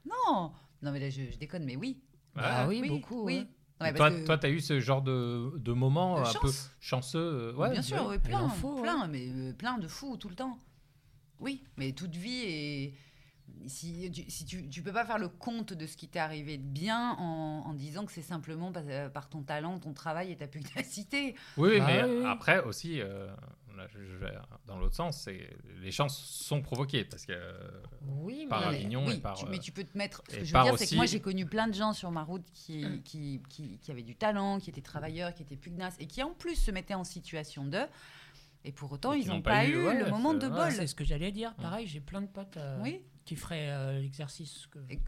Non Non, mais là, je, je déconne, mais oui. bah oui, Ah oui, beaucoup. Oui. ouais. Non, mais toi, parce que- toi, t'as eu ce genre de, de moment De un peu chance. chanceux. euh, ouais, bien sûr, ouais. oui, plein, en faut, plein, mais euh, plein de fous tout le temps. Oui, mais toute vie et si tu, si tu, tu peux pas faire le compte de ce qui t'est arrivé de bien en, en disant que c'est simplement par, euh, par ton talent, ton travail et ta pugnacité. Oui, oui, Bah mais oui, oui. après aussi, euh, là, je- je vais dans l'autre sens, c'est les chances sont provoquées parce que euh, Oui, Par mais- un Avignon oui, et par, tu- euh, mais tu peux te mettre. Ce et que je veux par dire, c'est que moi aussi- j'ai connu plein de gens sur ma route qui, qui, qui, qui avaient du talent, qui étaient travailleurs, qui étaient pugnaces et qui en plus se mettaient en situation de. Et pour autant, Et qui ils n'ont pas, eu ouais, le moment euh, c'est- de ouais, bol. c'est ce que j'allais dire. Pareil, j'ai plein de potes euh, Oui. qui feraient euh, l'exercice que Et-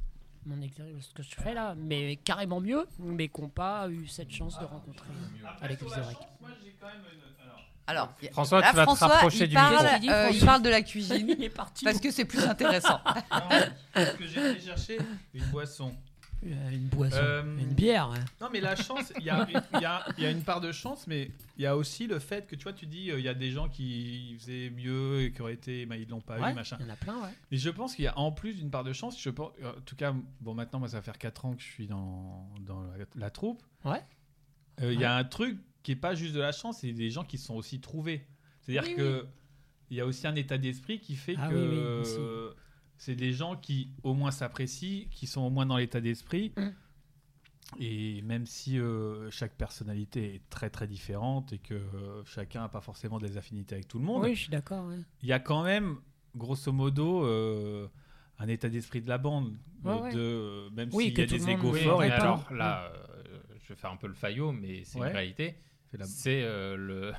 mon exercice que je fais là, mais carrément mieux, mais qui n'ont pas eu cette chance de rencontrer Alex Ah, Vizorek. Alors, y a- François, là, tu vas te François, rapprocher il du parle, micro. Qu'est-ce qu'il dit, euh, il François parle de la cuisine Il est parti. parce que c'est plus intéressant. Parce que j'ai été chercher une boisson. Euh, Une boisson, Euh, une bière. hein. Non, mais la chance, il y a, il y a- il y a une part de chance, mais il y a aussi le fait que tu vois, tu dis, euh, il y a des gens qui faisaient mieux et qui auraient été, mais ils l'ont pas Ouais, eu, ah machin. Il y en a plein, ouais. Mais je pense qu'il y a en plus d'une part de chance. Je pense, euh, en tout cas, bon, maintenant, moi, ça va faire 4 ans que je suis dans, dans la, la troupe. Ouais. Euh, Il y a un truc qui est pas juste de la chance, c'est des gens qui se sont aussi trouvés. C'est-à-dire Oui, que il y a aussi un état d'esprit qui fait Ah que oui, oui, aussi. euh, c'est des gens qui au moins s'apprécient, qui sont au moins dans l'état d'esprit. Mm. Et même si euh, chaque personnalité est très très différente et que euh, chacun n'a pas forcément des affinités avec tout le monde, Oui, je suis d'accord. ouais. il y a quand même, grosso modo, euh, un état d'esprit de la bande. Ouais, euh, ouais. de, euh, même Oui, s'il que y a tout le des monde- égaux Oui, forts mais et tout. alors là, euh, je vais faire un peu le faillot, mais c'est Ouais. une réalité. Fais la- C'est euh, le.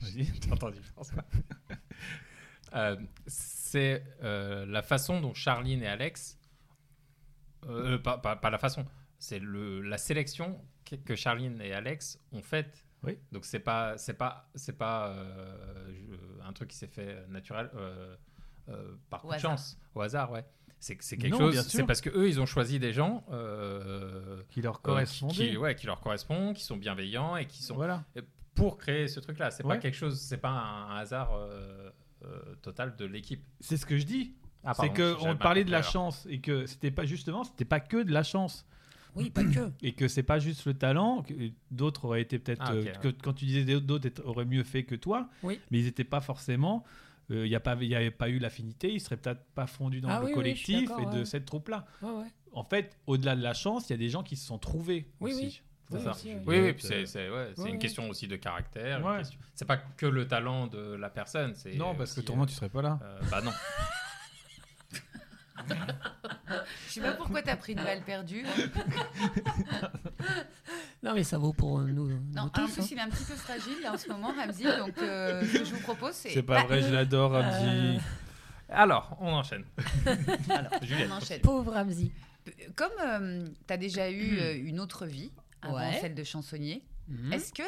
T'as entendu, François Euh, C'est euh, la façon dont Charline et Alex. euh, pas, pas- pas la façon, c'est le- la sélection que- que Charline et Alex ont faite. Oui. Donc c'est pas, c'est pas, c'est pas euh, je- un truc qui s'est fait naturel euh, euh, par Au coup de hasard. chance, au hasard, ouais. C'est c'est quelque Non, bien chose. sûr. C'est parce que eux, ils ont choisi des gens. euh, Qui leur euh, correspondait. qui, qui- ouais, qui leur correspondent, qui sont bienveillants et qui sont Voilà. pour créer ce truc-là. C'est pas Ouais. quelque chose, c'est pas un hasard euh, euh, total de l'équipe. C'est ce que je dis. Ah, c'est pardon, que j'avais on mal parlait de la compris, chance et que c'était pas justement, c'était pas que de la chance Oui, pas que. et que c'est pas juste le talent. que D'autres auraient été peut-être Ah, ok, euh, que- quand tu disais d'autres étaient- auraient mieux fait que toi, Oui. mais ils n'étaient pas forcément. euh, Il n'y avait pas eu l'affinité, ils seraient peut-être pas fondus dans Ah le oui, oui, je suis collectif et d'accord, de ouais. cette troupe-là. Ouais, ouais. En fait, au-delà de la chance, il y a des gens qui se sont trouvés. Oui, aussi. oui. alors. C'est Oui, ça. aussi, ouais. Oui, oui, Juliette, puis c'est euh, c'est- ouais, c'est ouais, une ouais. question aussi de caractère. une Ouais. question- C'est pas que le talent de la personne. c'est Non, parce que aussi, autrement, tu serais pas là. euh, euh, bah non. Je sais pas pourquoi t'as pris une balle perdue. Ah, Non, mais ça vaut pour euh, nous, Non, nous en tous. plus, il est un petit peu fragile là, en ce moment, Ramzi. Donc, euh, ce que je vous propose, c'est. Bah, C'est pas vrai, je l'adore, Ramzi. Alors, on enchaîne. Alors, Juliette, on enchaîne. Pauvre Ramzi. Comme tu as déjà eu euh, une autre vie avant Ouais. Hmm. celle de chansonnier, est-ce que.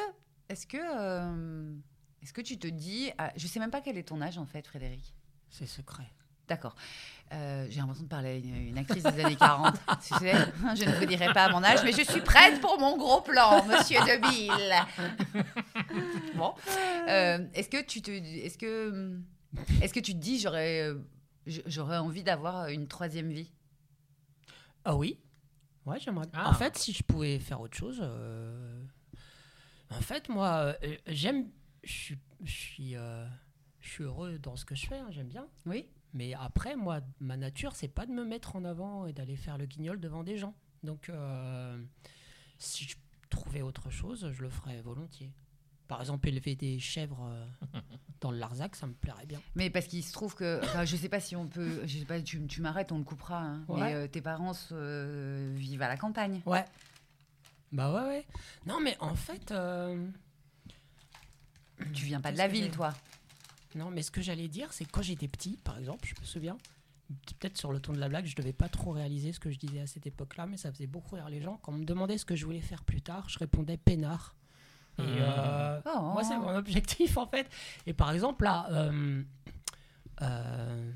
Est-ce que. euh, est-ce que tu te dis. ah, je sais même pas quel est ton âge en fait, Frédéric. C'est secret. D'accord. Euh, J'ai l'impression de parler à une, une actrice des années 40. Tu sais, je ne vous dirai pas mon âge, mais je suis prête pour mon gros plan, monsieur Deville. bon. Euh, est-ce que tu te. Est-ce que. Est-ce que tu te dis, j'aurais. euh, j- J'aurais envie d'avoir une troisième vie Ah oui Ouais, j'aimerais. Ah. En fait, si je pouvais faire autre chose. euh, En fait, moi, euh, j'aime. Je suis- je suis euh, je suis heureux dans ce que je fais, hein, j'aime bien. Oui. Mais après, moi, ma nature, c'est pas de me mettre en avant et d'aller faire le guignol devant des gens. Donc, euh, si je trouvais autre chose, je le ferais volontiers. Par exemple, élever des chèvres euh, dans le Larzac, ça me plairait bien. Mais parce qu'il se trouve que, enfin, je sais pas si on peut, je sais pas, tu, tu m'arrêtes, on le coupera. hein. Ouais. Mais euh, tes parents euh, vivent à la campagne. Ouais. Bah ouais, ouais. Non, mais en fait. euh, Tu viens pas de Qu'est-ce la que ville, j'ai- toi. Non, mais ce que j'allais dire, c'est que quand j'étais petit, par exemple, je me souviens, peut-être sur le ton de la blague, je devais pas trop réaliser ce que je disais à cette époque-là, mais ça faisait beaucoup rire les gens. Quand on me demandait ce que je voulais faire plus tard, je répondais peinard. Et euh, Oh. moi, c'est mon objectif, en fait. Et par exemple, là, euh, euh,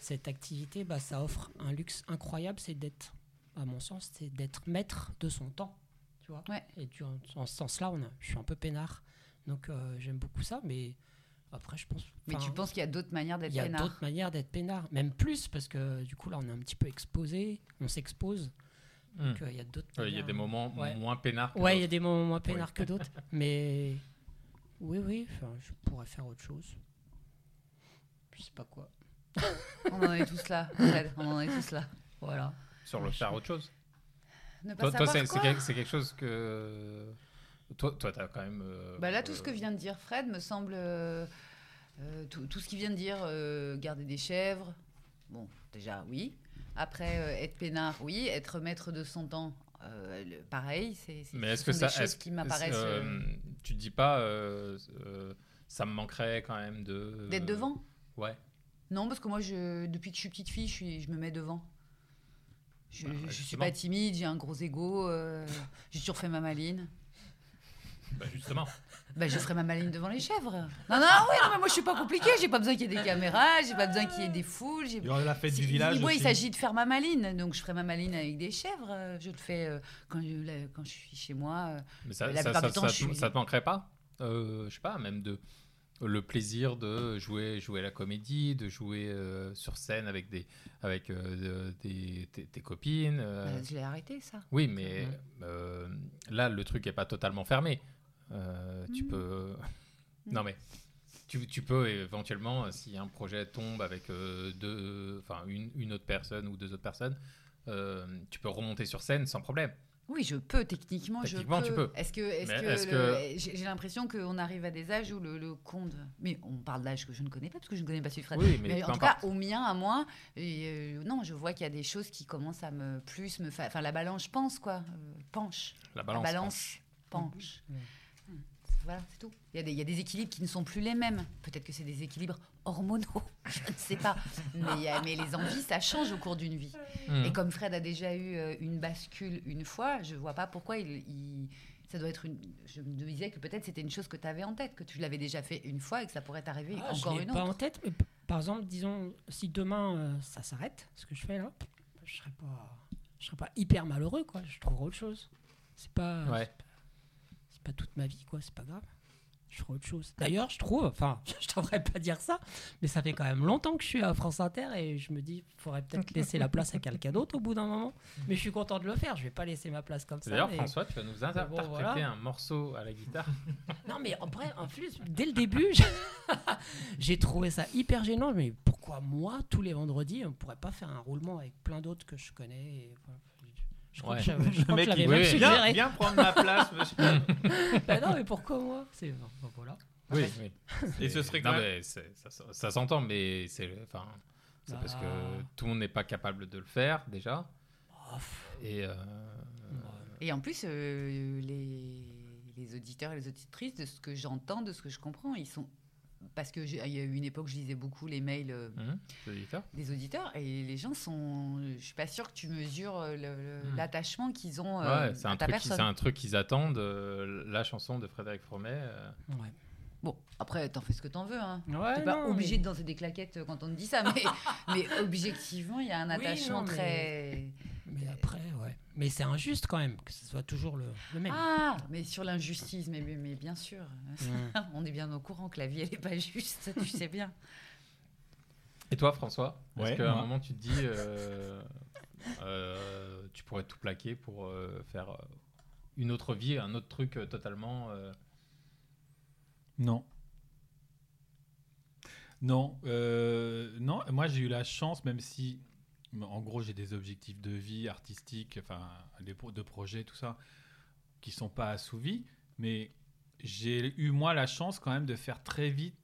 cette activité, bah, ça offre un luxe incroyable, c'est d'être, à mon sens, c'est d'être maître de son temps. Tu vois Ouais. Et tu, en, en ce sens-là, on a- je suis un peu peinard. Donc, euh, j'aime beaucoup ça, mais après, je pense. Mais enfin, tu penses qu'il y a d'autres manières d'être il y a peinard d'autres manières d'être peinard, même plus, parce que du coup, là, on est un petit peu exposé, on s'expose. Donc, euh, il y a d'autres. Hmm. Ouais, Il y a manières. des moments Ouais. moins peinards. que Ouais, il y a d'autres. des moments moins peinards que d'autres. Mais oui, oui, enfin, je pourrais faire autre chose. Je sais pas quoi. On en est tous là. Fred, on en est tous là. Voilà. Sur le faire autre chose. Ne Bah, pas Toi, toi, savoir c'est c'est quoi. quelque, c'est quelque chose que. Toi, toi, t'as quand même. euh, Bah là, tout ce que euh, vient de dire Fred me semble. euh, euh, tout, tout ce qu'il vient de dire, euh, garder des chèvres, bon, déjà, oui. Après, euh, être peinard, oui. Être maître de son temps, euh, le- pareil. C'est c'est- Mais ce est-ce que sont des ça. choses est-ce- qui m'apparaissent. est-ce, euh, euh, Tu te dis pas. euh, euh, ça me manquerait quand même de. D'être devant Euh, Ouais. Non, parce que moi, je, depuis que je suis petite fille, je, suis, je me mets devant. Je, Bah, je suis justement. pas timide, j'ai un gros ego, euh, j'ai toujours fait ma maline. Bah justement. Bah, je ferai ma maline devant les chèvres. Non, non, oui, non, mais moi, je suis pas compliquée, j'ai pas besoin qu'il y ait des caméras, j'ai pas besoin qu'il y ait des foules. j'ai- Il y aura la fête C'est- du village. Moi, il aussi. s'agit de faire ma maline, donc je ferai ma maline avec des chèvres. euh, Je le fais euh, quand, je, la- quand je suis chez moi. euh. Mais ça, La ça, plupart ça- du temps, ça je te- suis- ça te manquerait pas Euh, Je sais pas, même de le plaisir de jouer jouer à la comédie, de jouer euh, sur scène avec des avec euh, de- des, tes, tes copines. euh. Bah, je l'ai arrêté, ça. oui, mais euh, là le truc est pas totalement fermé. Euh, Tu peux. Non mais. Tu, tu peux éventuellement, euh, si un projet tombe avec euh, deux, enfin une, une autre personne ou deux autres personnes, euh, tu peux remonter sur scène sans problème. Oui, je peux, techniquement, Techniquement, je tu peux. peux. Est-ce que, est-ce Mais que, est-ce le- j'ai j'ai l'impression qu'on arrive à des âges où le, le compte. Mais on parle d'âge que je ne connais pas, parce que je ne connais pas celui de Fred. Oui, mais en peu tout importe. cas, au mien, à moi, et, euh, non, je vois qu'il y a des choses qui commencent à me plus me. fa- Enfin, la balance pense, quoi. euh, penche. La balance. la balance penche. Mm. Voilà, c'est tout. Il y, a des, il y a des équilibres qui ne sont plus les mêmes. Peut-être que c'est des équilibres hormonaux, je ne sais pas. Mais, il y a- mais les envies, ça change au cours d'une vie. Mm. Mhm. Et comme Fred a déjà eu euh, une bascule une fois, je vois pas pourquoi il, il- ça doit être une. Je me disais que peut-être c'était une chose que tu avais en tête, que tu l'avais déjà fait une fois et que ça pourrait t'arriver Ah, encore je l'ai une pas autre. en tête, mais p- par exemple, disons, si demain euh, ça s'arrête, ce que je fais là, je serais pas, je serais pas hyper malheureux, quoi. Je trouverais autre chose. C'est pas, Ouais. c'est pas- c'est pas toute ma vie, quoi. C'est pas grave. Je trouve autre chose. D'ailleurs, je trouve, enfin, je devrais pas dire ça, mais ça fait quand même longtemps que je suis à France Inter et je me dis, faudrait peut-être laisser la place à quelqu'un d'autre au bout d'un moment. Mais je suis content de le faire. Je vais pas laisser ma place comme ça. Mm. D'ailleurs, mais- François, tu vas nous interpréter bon, voilà. un morceau à la guitare. Non, mais après, en plus, dès le début, j'ai- j'ai trouvé ça hyper gênant. Mais pourquoi moi, tous les vendredis, on pourrait pas faire un roulement avec plein d'autres que je connais et voilà. Je crois Ouais. que j'avais- je crois que mec, je l'avais il- même oui, oui. suggéré. Viens, viens prendre ma place, monsieur. Bah non, mais pourquoi moi C'est bon, bon, voilà. oui, oui. Et ce serait non, quand mais c'est- ça, s- ça s'entend, mais c'est enfin, c'est parce que Bah. tout le monde n'est pas capable de le faire déjà. Oh, pff, Et euh, Et en plus, euh, les, les auditeurs et les auditrices, de ce que j'entends, de ce que je comprends, ils sont. Parce qu'il y a eu une époque, je lisais beaucoup les mails. euh, hum, c'est guitare. des auditeurs et les gens sont je suis pas sûre que tu mesures euh, le- le- Mm. l'attachement qu'ils ont euh, Ouais, c'est à un, ta truc qui- personne c'est un truc qu'ils attendent. euh, la chanson de Frédéric Fromet. euh, ouais. bon après t'en fais ce que t'en veux hein Ouais, t'es pas Ah non, obligé mais- de danser des claquettes euh, quand on te dit ça mais, mais objectivement il y a un Oui, attachement non, mais- très Mais après, ouais. Mais c'est injuste quand même que ce soit toujours le, le même. ah mais sur l'injustice mais, mais mais bien sûr Mm. on est bien au courant que la vie elle est pas juste tu sais bien Et toi, François Est-ce Ouais, qu'à un moi. moment, tu te dis, euh, euh, tu pourrais tout plaquer pour euh, faire euh, une autre vie, un autre truc euh, totalement. euh, Non. Non, euh, non. Moi, j'ai eu la chance, même si, en gros, j'ai des objectifs de vie artistique, enfin, des pro- de projets, tout ça, qui sont pas assouvis. Mais j'ai eu moi la chance quand même de faire très vite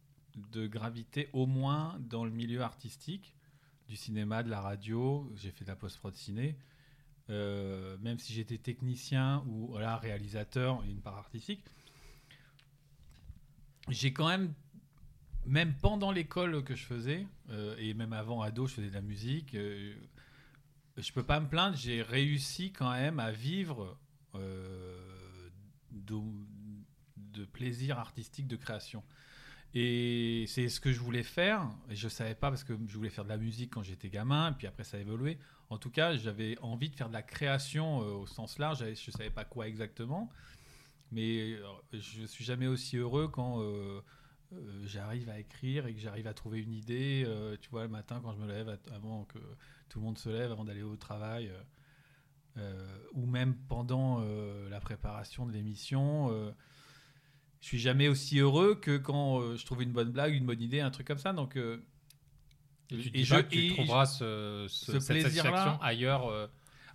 de gravité au moins dans le milieu artistique, du cinéma, de la radio. J'ai fait de la post-prod ciné. Euh, même si j'étais technicien ou voilà, réalisateur, une part artistique, j'ai quand même, même pendant l'école que je faisais, euh, et même avant ado, je faisais de la musique, euh, je peux pas me plaindre, j'ai réussi quand même à vivre euh, de, de plaisir artistique, de création. Et c'est ce que je voulais faire, et je savais pas parce que je voulais faire de la musique quand j'étais gamin, et puis après ça a évolué. En tout cas, j'avais envie de faire de la création euh, au sens large, j'avais- je savais pas quoi exactement, mais euh, je suis jamais aussi heureux quand euh, euh, j'arrive à écrire et que j'arrive à trouver une idée. euh, tu vois, le matin quand je me lève, at- avant que tout le monde se lève, avant d'aller au travail, euh, euh, ou même pendant euh, la préparation de l'émission. euh, je suis jamais aussi heureux que quand euh, je trouve une bonne blague, une bonne idée, un truc comme ça. Donc, euh, Et tu Et dis je- pas que tu et- trouveras ce, ce- ce cette plaisir-là- satisfaction ailleurs. euh,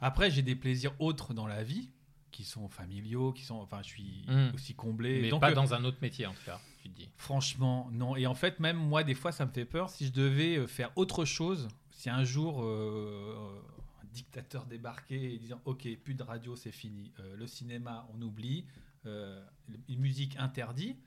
Après, j'ai des plaisirs autres dans la vie qui sont familiaux, qui sont. Enfin, je suis Mm. aussi comblé. mais Donc, pas euh, dans un autre métier, en tout cas, tu te dis. Franchement, non. Et en fait, même moi, des fois, ça me fait peur. Si je devais euh, faire autre chose, si un jour euh, un dictateur débarquait et disant Ok, plus de radio, c'est fini. Euh, le cinéma, on oublie. Euh, une musique interdite.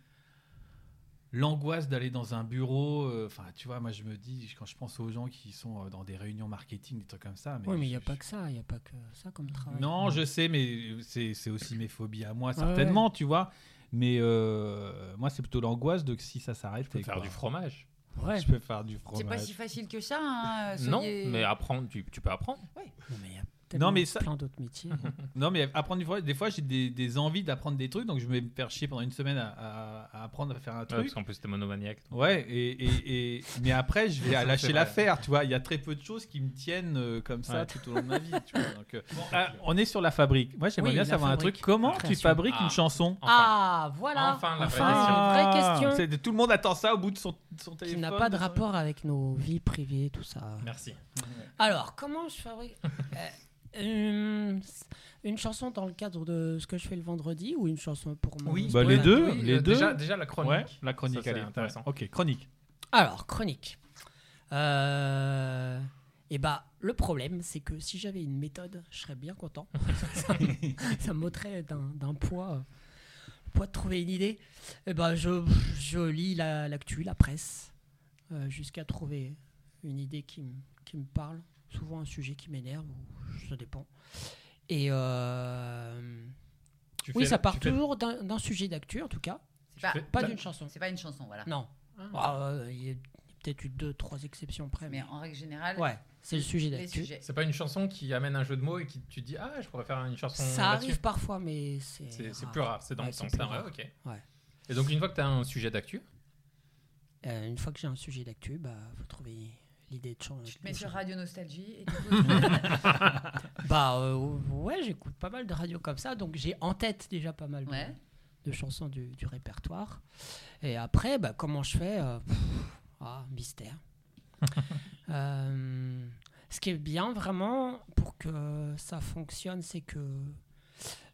L'angoisse d'aller dans un bureau. euh, Enfin, tu vois, moi, je me dis, quand je pense aux gens qui sont euh, dans des réunions marketing, des trucs comme ça. Oui, mais il n'y a je- pas que ça, il n'y a pas que ça comme travail. non, Ouais. je sais, mais c'est c'est aussi mes phobies à moi, certainement, tu vois. Mais euh, moi, c'est plutôt l'angoisse de que si ça s'arrête. Tu peux et faire quoi. du fromage. Ouais. Je peux faire du C'est fromage. pas si facile que ça. hein, non, soyez- mais apprendre, tu, tu peux apprendre. Non, mais il y a tellement mais ça- plein d'autres métiers. Non, mais apprendre du fromage, des fois, j'ai des, des envies d'apprendre des trucs, donc je vais me faire chier pendant une semaine à, à- à apprendre à faire un Ouais, truc. parce qu'en plus, t'es monomaniaque. Ouais, et, et- et- mais après, je vais Ça, à lâcher c'est vrai. l'affaire, tu vois. Il y a très peu de choses qui me tiennent euh, comme ça Ouais. tout au long de ma vie, tu vois. Donc, euh, ah, on est sur la fabrique. Moi, j'aimerais Oui, bien la savoir un fabrique. truc. Comment La tu création. fabriques Ah. une chanson Enfin, ah, voilà enfin, la vraie une vraie question Ah. C'est de- Tout le monde attend ça au bout de son, de son qui téléphone. n'a pas de son- rapport avec nos vies privées, tout ça. Merci. Alors, comment je fabrique Euh, euh, Une chanson dans le cadre de ce que je fais le vendredi ou une chanson pour moi Bah, les deux, Oui, les euh, deux. Déjà, déjà la chronique. Ouais, la chronique, Ça, c'est allez, intéressant. ouais. Ok, chronique. Alors, chronique. Euh... Et bah, le problème, c'est que si j'avais une méthode, je serais bien content. ça, ça me m'ôterait d'un d'un poids, euh, poids de trouver une idée. Et bah, je, je lis la- l'actu, la, presse, euh, jusqu'à trouver une idée qui, me- qui me parle. Souvent un sujet qui m'énerve, ou- ça dépend. Et euh, Tu oui, fais- ça part tu fais- Bah, toujours d'un d'un sujet d'actu, en tout cas, C'est pas, fais- pas d'une chanson. c'est pas une chanson, voilà. Non. Ah, euh, Il y a peut-être eu deux, trois exceptions près. Mais Mais... en règle générale, Ouais, c'est le sujet les d'actu. sujets. C'est pas une chanson qui amène un jeu de mots et qui tu dis ah je pourrais faire une chanson. Ça là-dessus. arrive parfois, mais c'est. C'est c'est plus rare, c'est dans Ouais, le c'est sens plus là. rare. ouais, ok. Ouais. Et donc une fois que tu as un sujet d'actu, Euh, une fois que j'ai un sujet d'actu, bah, faut trouver l'idée de changer. Tu te mets de sur changer. Radio Nostalgie et du coup, Bah euh, ouais, j'écoute pas mal de radios comme ça, donc j'ai en tête déjà pas mal de- Ouais. de, chansons du, du répertoire. Et après, bah, comment je fais euh, pff, Ah, mystère. Euh, ce qui est bien vraiment pour que ça fonctionne, c'est que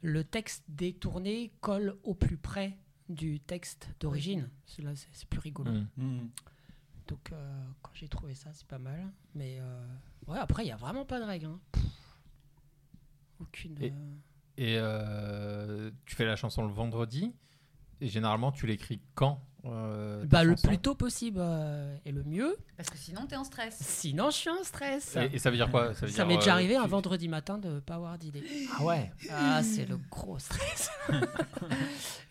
le texte détourné colle au plus près du texte d'origine. Cela, c'est c'est plus rigolo. Mm. Mm. Hmm. Donc, euh, quand j'ai trouvé ça, c'est pas mal. Mais euh, ouais, après, il n'y a vraiment pas de règle. hein. Pff. Aucune. Et- euh, et euh, tu fais la chanson le vendredi. Et généralement tu l'écris quand euh, ta Bah, le chanson plus tôt possible euh, et le mieux. parce que sinon, t'es en stress. Sinon, je suis en stress. Et, et ça veut dire quoi veut ça dire, m'est déjà euh, arrivé un tu- vendredi matin de pas avoir d'idée. Ah ouais. Ah, c'est le gros stress.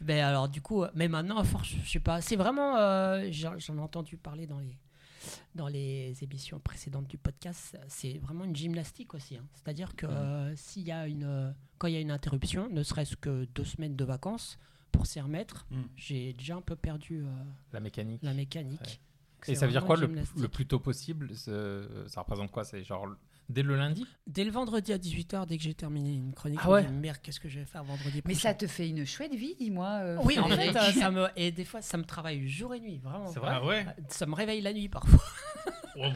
mais alors, du coup, euh, mais maintenant, à force, je sais pas. C'est vraiment. euh, J'en j'en ai entendu parler dans les, dans les émissions précédentes du podcast. C'est vraiment une gymnastique aussi. hein. C'est-à-dire que euh, s'il y a une, euh, quand il y a une interruption, ne serait-ce que deux semaines de vacances, pour s'y remettre, Mm. j'ai déjà un peu perdu euh, La mécanique. la mécanique. Et C'est ça veut dire quoi vraiment une le, gymnastique. le plus tôt possible ce- Ça représente quoi C'est genre dès le lundi Dès le vendredi à 18h, dès que j'ai terminé une chronique, Ah je me ouais. dis, merde, qu'est-ce que je vais faire vendredi Mais prochain ça te fait une chouette vie, dis-moi. euh, Oui, en fait, Frédéric. euh, ça me... et des fois, ça me travaille jour et nuit, vraiment. C'est vrai Ah ouais Oh, Ça me réveille la nuit parfois.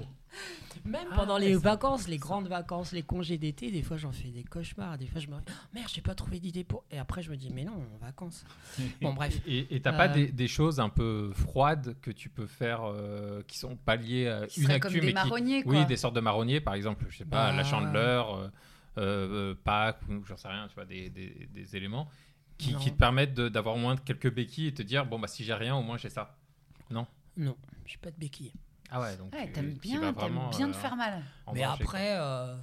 Même Ah, pendant ouais, les ça- vacances, les grandes vacances, les congés d'été, des fois j'en fais des cauchemars. Des fois je me dis, Oh, merde, j'ai pas trouvé d'idée pour. Et après je me dis, mais non, en vacances. Bon, bref. Et et t'as pas Euh, des, des choses un peu froides que tu peux faire euh, qui sont pas liées à Qui une seraient actu comme mais des qui- marronniers, quoi. Oui, des sortes de marronniers, par exemple, je sais pas, Bah. la chandeleur, euh, euh, euh, Pâques, ou j'en sais rien, tu vois, des, des- des éléments qui, Non. qui te permettent de- d'avoir au moins quelques béquilles et te dire, bon, bah si j'ai rien, au moins j'ai ça. Non, j'ai pas de béquille. Ah ouais, donc. Ouais, tu- t'aimes tu bien, vas t'aimes vraiment, bien euh, te faire mal. en Mais manger, quoi. après, euh,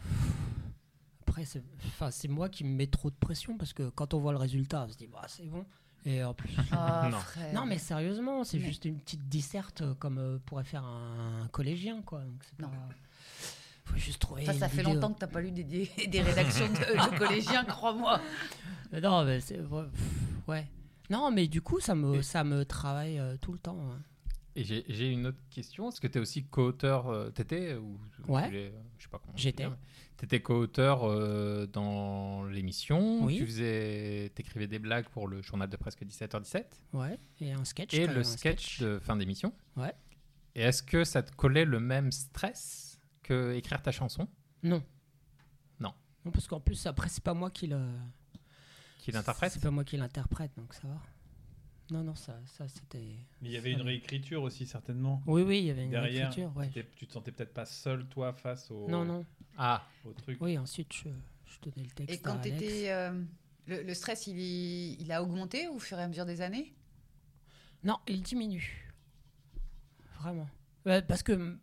après c'est enfin, c'est moi qui me mets trop de pression parce que quand on voit le résultat, on se dit, bah, c'est bon. Et en plus. Oh, Non. frère. Non mais sérieusement, c'est Mais- juste une petite disserte euh, comme euh, pourrait faire un collégien quoi. Donc, c'est Non. pas- Faut juste trouver. Ça, ça une fait vidéo. longtemps que t'as pas lu des, des, des rédactions de, de collégiens, crois-moi. Mais Euh, Non mais c'est ouais, pff, ouais. Non mais du coup ça me ça me travaille euh, tout le temps. hein. Et j'ai j'ai une autre question. Est-ce que tu es aussi co-auteur euh, T'étais ou ou Ouais. tu l'es, euh, Je sais pas comment. on peut J'étais. dire, mais T'étais co-auteur euh, dans l'émission. Oui. Tu faisais, t'écrivais des blagues pour le journal de presque 17h17 Ouais. Et un sketch. et quand même, un le sketch, de fin d'émission. Ouais. Et est-ce que ça te collait le même stress que écrire ta chanson Non. Non. Non parce qu'en plus après c'est pas moi qui le. qu'il interprète C'est pas moi qui l'interprète donc ça va. Non non ça ça c'était. Mais il y avait une réécriture aussi, certainement. Oui oui il y avait une Derrière, écriture ouais. T'es- Tu te sentais peut-être pas seul, toi, face au, Non non. Ah, au truc. Oui ensuite je, je donnais le texte. Et quand à Alex. t'étais. euh, le, le stress, il, y- il a augmenté au fur et à mesure des années Non, il diminue. Vraiment. Ouais, Parce que mm,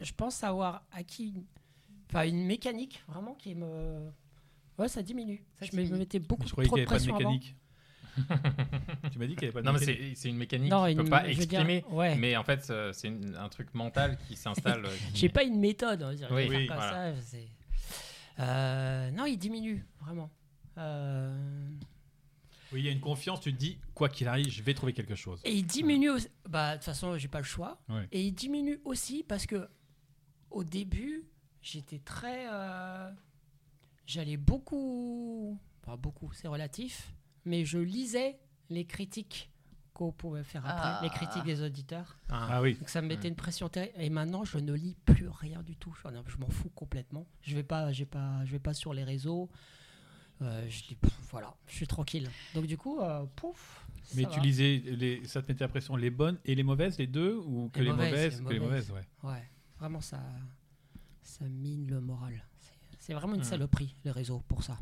je pense avoir acquis une, enfin, une mécanique vraiment qui me. Ouais, ça diminue. Ça je me- diminue. me mettais beaucoup Mais je croyais trop qu'il de n'y avait pas de pression mécanique. tu m'as dit qu'il n'y avait pas de non, mais mécanique. c'est c'est une mécanique avant. qui une- peut pas je veux dire, exprimer. ouais. Mais en fait, euh, c'est une- un truc mental qui s'installe. euh, qui- J'ai pas une méthode. on va dire, je vais Oui, faire oui, comme voilà. ça, c'est- Euh, non, il diminue vraiment. Euh, Oui, il y a une confiance, tu te dis, quoi qu'il arrive, je vais trouver quelque chose. Et il diminue aussi. Bah, de toute façon, j'ai pas le choix. Ouais. Et il diminue aussi parce que au début, j'étais très. euh, J'allais beaucoup. Pas beaucoup, c'est relatif. Mais je lisais les critiques qu'on pouvait faire après, Ah. les critiques des auditeurs. Ah. Ah oui. Donc ça me mettait une pression terrible. Et maintenant, je ne lis plus rien du tout. Je, je m'en fous complètement. Je vais pas, j'ai pas, je vais pas sur les réseaux. Euh, je dis, pff, voilà, je suis tranquille. Donc du coup, euh, pouf. Mais ça tu va. lisais, les, ça te mettait la pression, les bonnes et les mauvaises, les deux Ou que Les les, mauvaises, mauvaises, les Que les mauvaises. mauvaises, ouais. Ouais, vraiment, ça, ça mine le moral. C'est- C'est vraiment une saloperie, les réseaux, pour ça.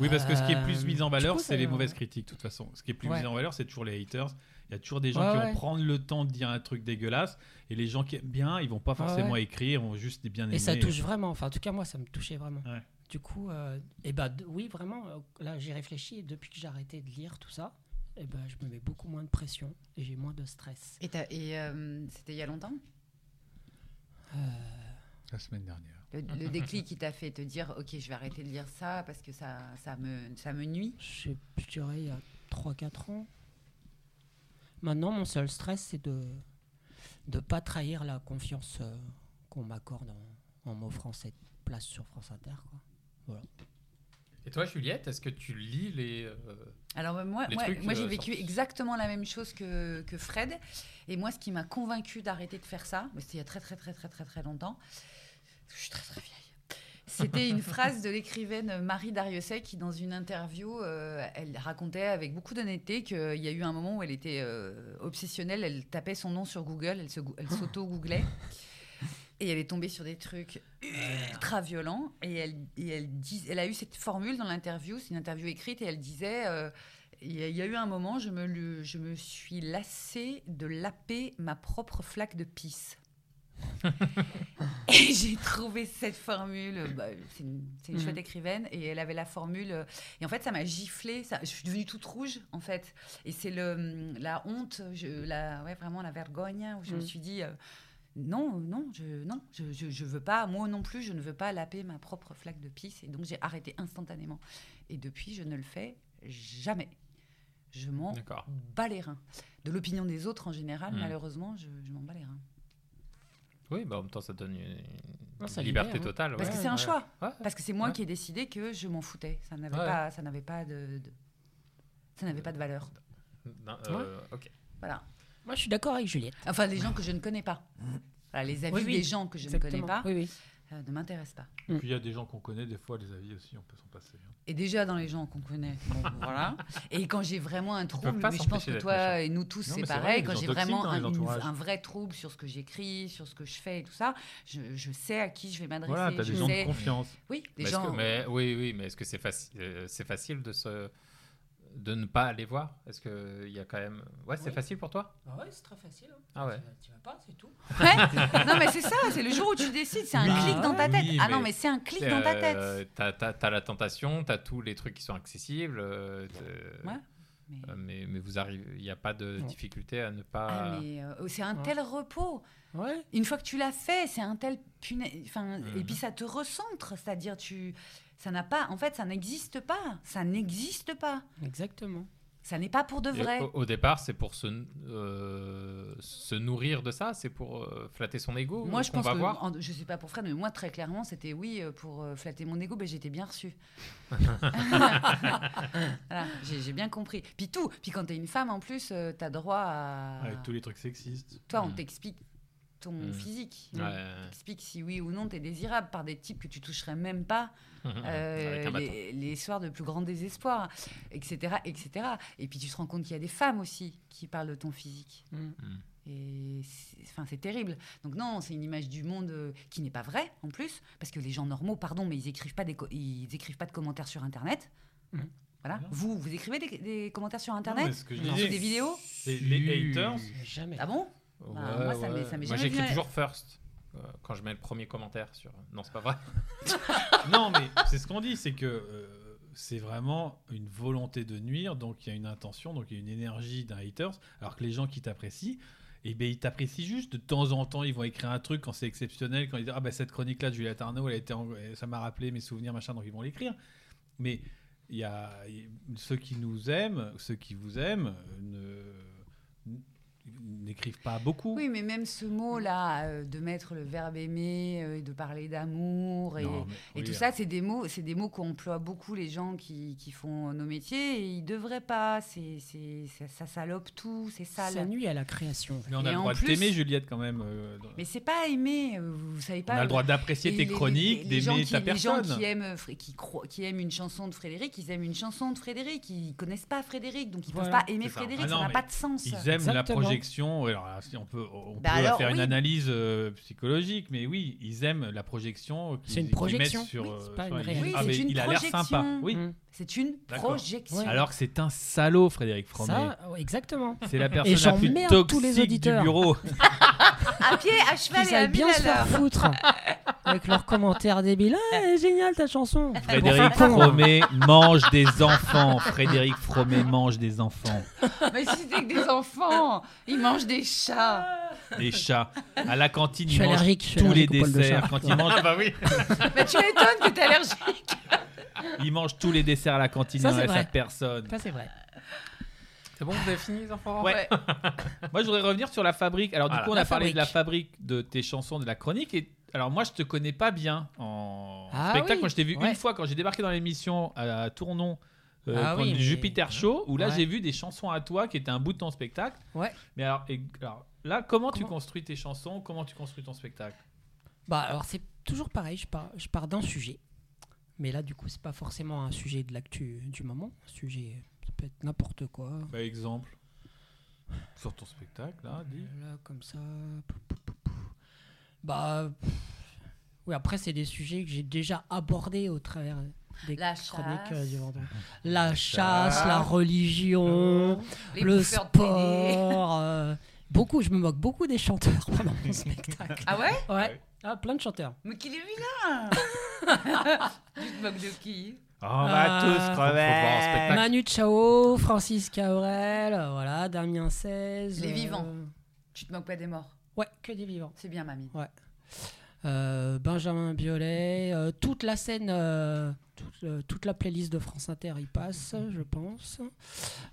Oui, parce que ce qui est plus Euh, mis en du valeur, coup, ça- c'est les mauvaises critiques, de toute façon. Ce qui est plus Ouais. mis en valeur, c'est toujours les haters. Il y a toujours des gens Ouais, qui ouais. vont prendre le temps de dire un truc dégueulasse. Et les gens qui aiment bien, ils vont pas ouais. forcément écrire, vont juste bien aimer. Et ça touche vraiment. Enfin, en tout cas, moi, ça me touchait vraiment. Ouais. Du coup, euh, eh ben, d- oui, vraiment, euh, là, j'ai réfléchi. Et depuis que j'ai arrêté de lire tout ça, eh ben, je me mets beaucoup moins de pression et j'ai moins de stress. Et, t'as- et, euh, c'était il y a longtemps euh, La semaine dernière. le, le déclic qui t'a fait te dire Ok, je vais arrêter de lire ça parce que ça, ça, me, ça me nuit. Je sais- je dirais il y a 3-4 ans. Maintenant, mon seul stress, c'est de ne pas trahir la confiance euh, qu'on m'accorde en, en m'offrant cette place sur France Inter. Quoi. Et toi, Juliette, est-ce que tu lis les. euh, Alors euh, moi, Les moi, trucs, moi, j'ai euh, vécu sortent. exactement la même chose que, que Fred. Et moi, ce qui m'a convaincu d'arrêter de faire ça, mais c'était il y a très très très très très très longtemps, je suis très très vieille. C'était une phrase de l'écrivaine Marie Dariussec qui, dans une interview, euh, elle racontait avec beaucoup d'honnêteté qu'il y a eu un moment où elle était euh, obsessionnelle, elle tapait son nom sur Google, elle se gou- elle s'auto-googlait. Et elle est tombée sur des trucs ultra violents. Et elle, et elle, dis- elle a eu cette formule dans l'interview, c'est une interview écrite, et elle disait euh, il y, a- il y a eu un moment, je me, le- je me suis lassée de laper ma propre flaque de pisse. et j'ai trouvé cette formule. bah, c'est une, c'est une chouette écrivaine et elle avait la formule. euh, Et en fait, ça m'a giflé. Ça, je suis devenue toute rouge, en fait. Et c'est le la honte, je, la, ouais, vraiment la vergogne, où je me Mm. suis dit. euh, non, non, je, non, je, je, je veux pas, moi non plus, je ne veux pas laper ma propre flaque de pisse. Et donc j'ai arrêté instantanément. Et depuis, je ne le fais jamais. Je m'en D'accord. bats les reins. De l'opinion des autres en général, Mm. malheureusement, je, je m'en bats les reins. Oui, bah, en même temps, ça donne une, Ouais, ça une liberté libère, hein. totale. Parce ouais. que c'est un choix. Bah, Ouais. Parce que c'est moi Ouais. qui ai décidé que je m'en foutais. Ça n'avait Ouais. pas, ça n'avait pas de, de- ça n'avait pas de valeur. Non, euh, ok. Voilà. Moi, je suis d'accord avec Juliette. Enfin, les gens que je ne connais pas. Voilà, les avis Oui, oui, des gens que je ne connais Exactement. pas Oui, oui. euh, ne m'intéressent pas. Puis il y a des gens qu'on connaît, des fois, les avis aussi, on peut s'en passer. hein. Et déjà dans les gens qu'on connaît, bon, voilà. Et quand j'ai vraiment un trouble, peuvent pas mais je pense s'empêcher que d'être toi méchants. et nous tous, Non, c'est mais c'est vrai, pareil. les quand gens j'ai toxiques vraiment dans les un, entourages. un vrai trouble sur ce que j'écris, sur ce que je fais et tout ça, je, je sais à qui je vais Bah, m'adresser. Voilà, t'as je des gens de sais- confiance. Oui, Mais des est-ce que- gens. euh, mais- oui, oui, mais est-ce que c'est facile, euh, c'est facile de se, de ne pas aller voir Est-ce que il y a quand même, ouais, c'est Oui. facile pour toi Bah ouais, c'est très facile. hein. Ah ouais. Tu vas- Tu vas pas, c'est tout. Ouais. non mais c'est ça, c'est le jour où tu décides, c'est un Oui. clic dans ta Oui, tête. ah mais- non mais c'est un clic C'est, dans ta tête. euh, T'as, t'as- t'as la tentation, t'as tous les trucs qui sont accessibles. euh, t'es- Ouais, mais- euh, mais, mais vous arrivez, il n'y a pas de Non. difficulté à ne pas. Ah, mais euh, c'est un Ouais. tel repos. Ouais. Une fois que tu l'as fait, c'est un tel puna... enfin et Mhm. puis ça te recentre, c'est-à-dire tu ça n'a pas en fait ça n'existe pas, ça n'existe pas. Exactement. Ça n'est pas pour de Et vrai. Au, au départ, c'est pour se, euh, se nourrir de ça, c'est pour euh, flatter son ego. Moi, je qu'on pense va que, voir. en- je sais pas pour Fred, mais moi, très clairement, c'était oui euh, pour euh, flatter mon ego, mais j'étais bien reçue. voilà, j'ai j'ai bien compris. Puis tout, puis quand t'es une femme, en plus, euh, t'as droit à... Avec tous les trucs sexistes. Toi, on Mm. t'explique ton Mm. physique. Ouais. On t'explique si oui ou non t'es désirable par des types que tu toucherais même pas Mhm. euh, Avec un bâton. les, les soirs de plus grand désespoir, etc., etc. Et puis tu te rends compte qu'il y a des femmes aussi qui parlent de ton physique. Mm. Et c'est- enfin, c'est terrible. Donc non, c'est une image du monde euh, qui n'est pas vraie en plus, parce que les gens normaux, pardon, mais ils écrivent pas des co- ils écrivent pas de commentaires sur Internet. Mm. Voilà. Non. Vous, vous écrivez des, des commentaires sur Non, mais Internet ce que je Vous lancez disais, des vidéos les, les haters, Jamais. Ah bon Ouais, moi, ça m'est- ouais. ça m'est Moi, jamais j'écris venu à- toujours first euh, quand je mets le premier commentaire sur. Non, c'est pas vrai. non, mais c'est ce qu'on dit, c'est que euh, c'est vraiment une volonté de nuire, donc il y a une intention, donc il y a une énergie d'un hater, alors que les gens qui t'apprécient, eh ben, ils t'apprécient juste. De temps en temps, ils vont écrire un truc quand c'est exceptionnel, quand ils disent Ah, ben cette chronique-là de Juliette Arnaud, elle a été en- ça m'a rappelé mes souvenirs, machin, donc ils vont l'écrire. Mais il y a y- ceux qui nous aiment, ceux qui vous aiment, euh, ne- n'écrivent pas beaucoup. Oui, mais même ce mot-là, euh, de mettre le verbe aimer, euh, et de parler d'amour et, Non, et mais- oui, hein. ah. tout ça, c'est des mots, c'est des mots qu'emploient beaucoup les gens qui, qui font nos métiers et ils devraient pas. C'est, c'est, ça, ça salope tout, c'est Ça sale. nuit à la création. Mais on a Et le en droit plus- de t'aimer, Juliette, quand même. euh, dans- Mais c'est pas aimer, euh, vous savez On pas. a le droit d'apprécier Et tes les- chroniques, les- les gens d'aimer qui- ta Les gens personne. qui aiment, euh, Fré- qui, croient- qui aiment une chanson de Frédéric, ils aiment une chanson de Frédéric. Ils connaissent pas Frédéric, donc ils Voilà. peuvent pas aimer C'est ça. Frédéric. Ah non, ça n'a mais pas de sens. Ils aiment la Exactement. projection. Alors, là, si on peut, on Bah peut alors, faire une oui. analyse euh, psychologique, mais oui, ils aiment la projection. qu'ils- C'est une qu'ils mettent projection. sur, Oui, euh, c'est pas sur une un- réalité. Ah, Oui, mais c'est une il a l'air projection. sympa. Oui. Mm. C'est une D'accord. projection. Ouais. Alors que c'est un salaud, Frédéric Fromet. Ça, ouais, exactement. C'est la Et personne la plus j'emmerde tous toxique les auditeurs. du bureau. À pied, à cheval Ils et à aiment mille bien à se faire l'heure. foutre avec leurs commentaires débiles. Ah, elle est géniale ta chanson. Frédéric Pour faire con. Fromet mange des enfants. Frédéric Fromet mange des enfants. Mais si c'était que des enfants, ils mangent des chats. Des chats. À la cantine, Je suis il mange allergique, je suis tous les allergique aux poils de desserts. chat. Quand il mange, Ah bah oui. Mais tu m'étonnes que t'es allergique. il mange tous les desserts à la cantine. Ça, il en c'est reste à vrai. personne. Ça c'est vrai. C'est bon, vous avez fini les enfants. Ouais. Moi, je voudrais revenir sur la fabrique. Alors, Voilà. du coup, on La a parlé de la fabrique. fabrique de tes chansons, de la chronique. Et alors, moi, je te connais pas bien en Ah spectacle. oui. Moi, je t'ai vu Ouais. une fois quand j'ai débarqué dans l'émission à Tournon. Euh, Ah pour oui, le mais- Jupiter Show, où là Ouais. j'ai vu des chansons à toi qui étaient un bout de ton spectacle. Ouais. Mais alors, et- alors, là, comment, tu Comment- construis tes chansons Comment tu construis ton spectacle Bah alors c'est toujours pareil. Je pars, je pars d'un sujet. Mais là du coup c'est pas forcément un sujet de l'actu du moment. Un sujet, ça peut être n'importe quoi. Par Bah, exemple, sur ton spectacle, là, dis. Là comme ça. pou, pou, pou, pou. Bah pff. oui après c'est des sujets que j'ai déjà abordés au travers des La chroniques euh, chasse. du vendredi. La chasse, la religion. le bouffeurs de PD. sport. euh, beaucoup, je me moque beaucoup des chanteurs pendant mon spectacle. Ah ouais Ouais, ah, plein de chanteurs. Mais qu'il est vilain Tu te moques de qui on va Ah. tous crever. Manu Chao, Francis Cabrel, euh, voilà, Damien 16. Les vivants. Tu te moques pas des morts. Ouais, que des vivants. C'est bien, mamie. Euh, Benjamin Biolay, euh, toute la scène, euh, toute, euh, toute la playlist de France Inter y passe, je pense.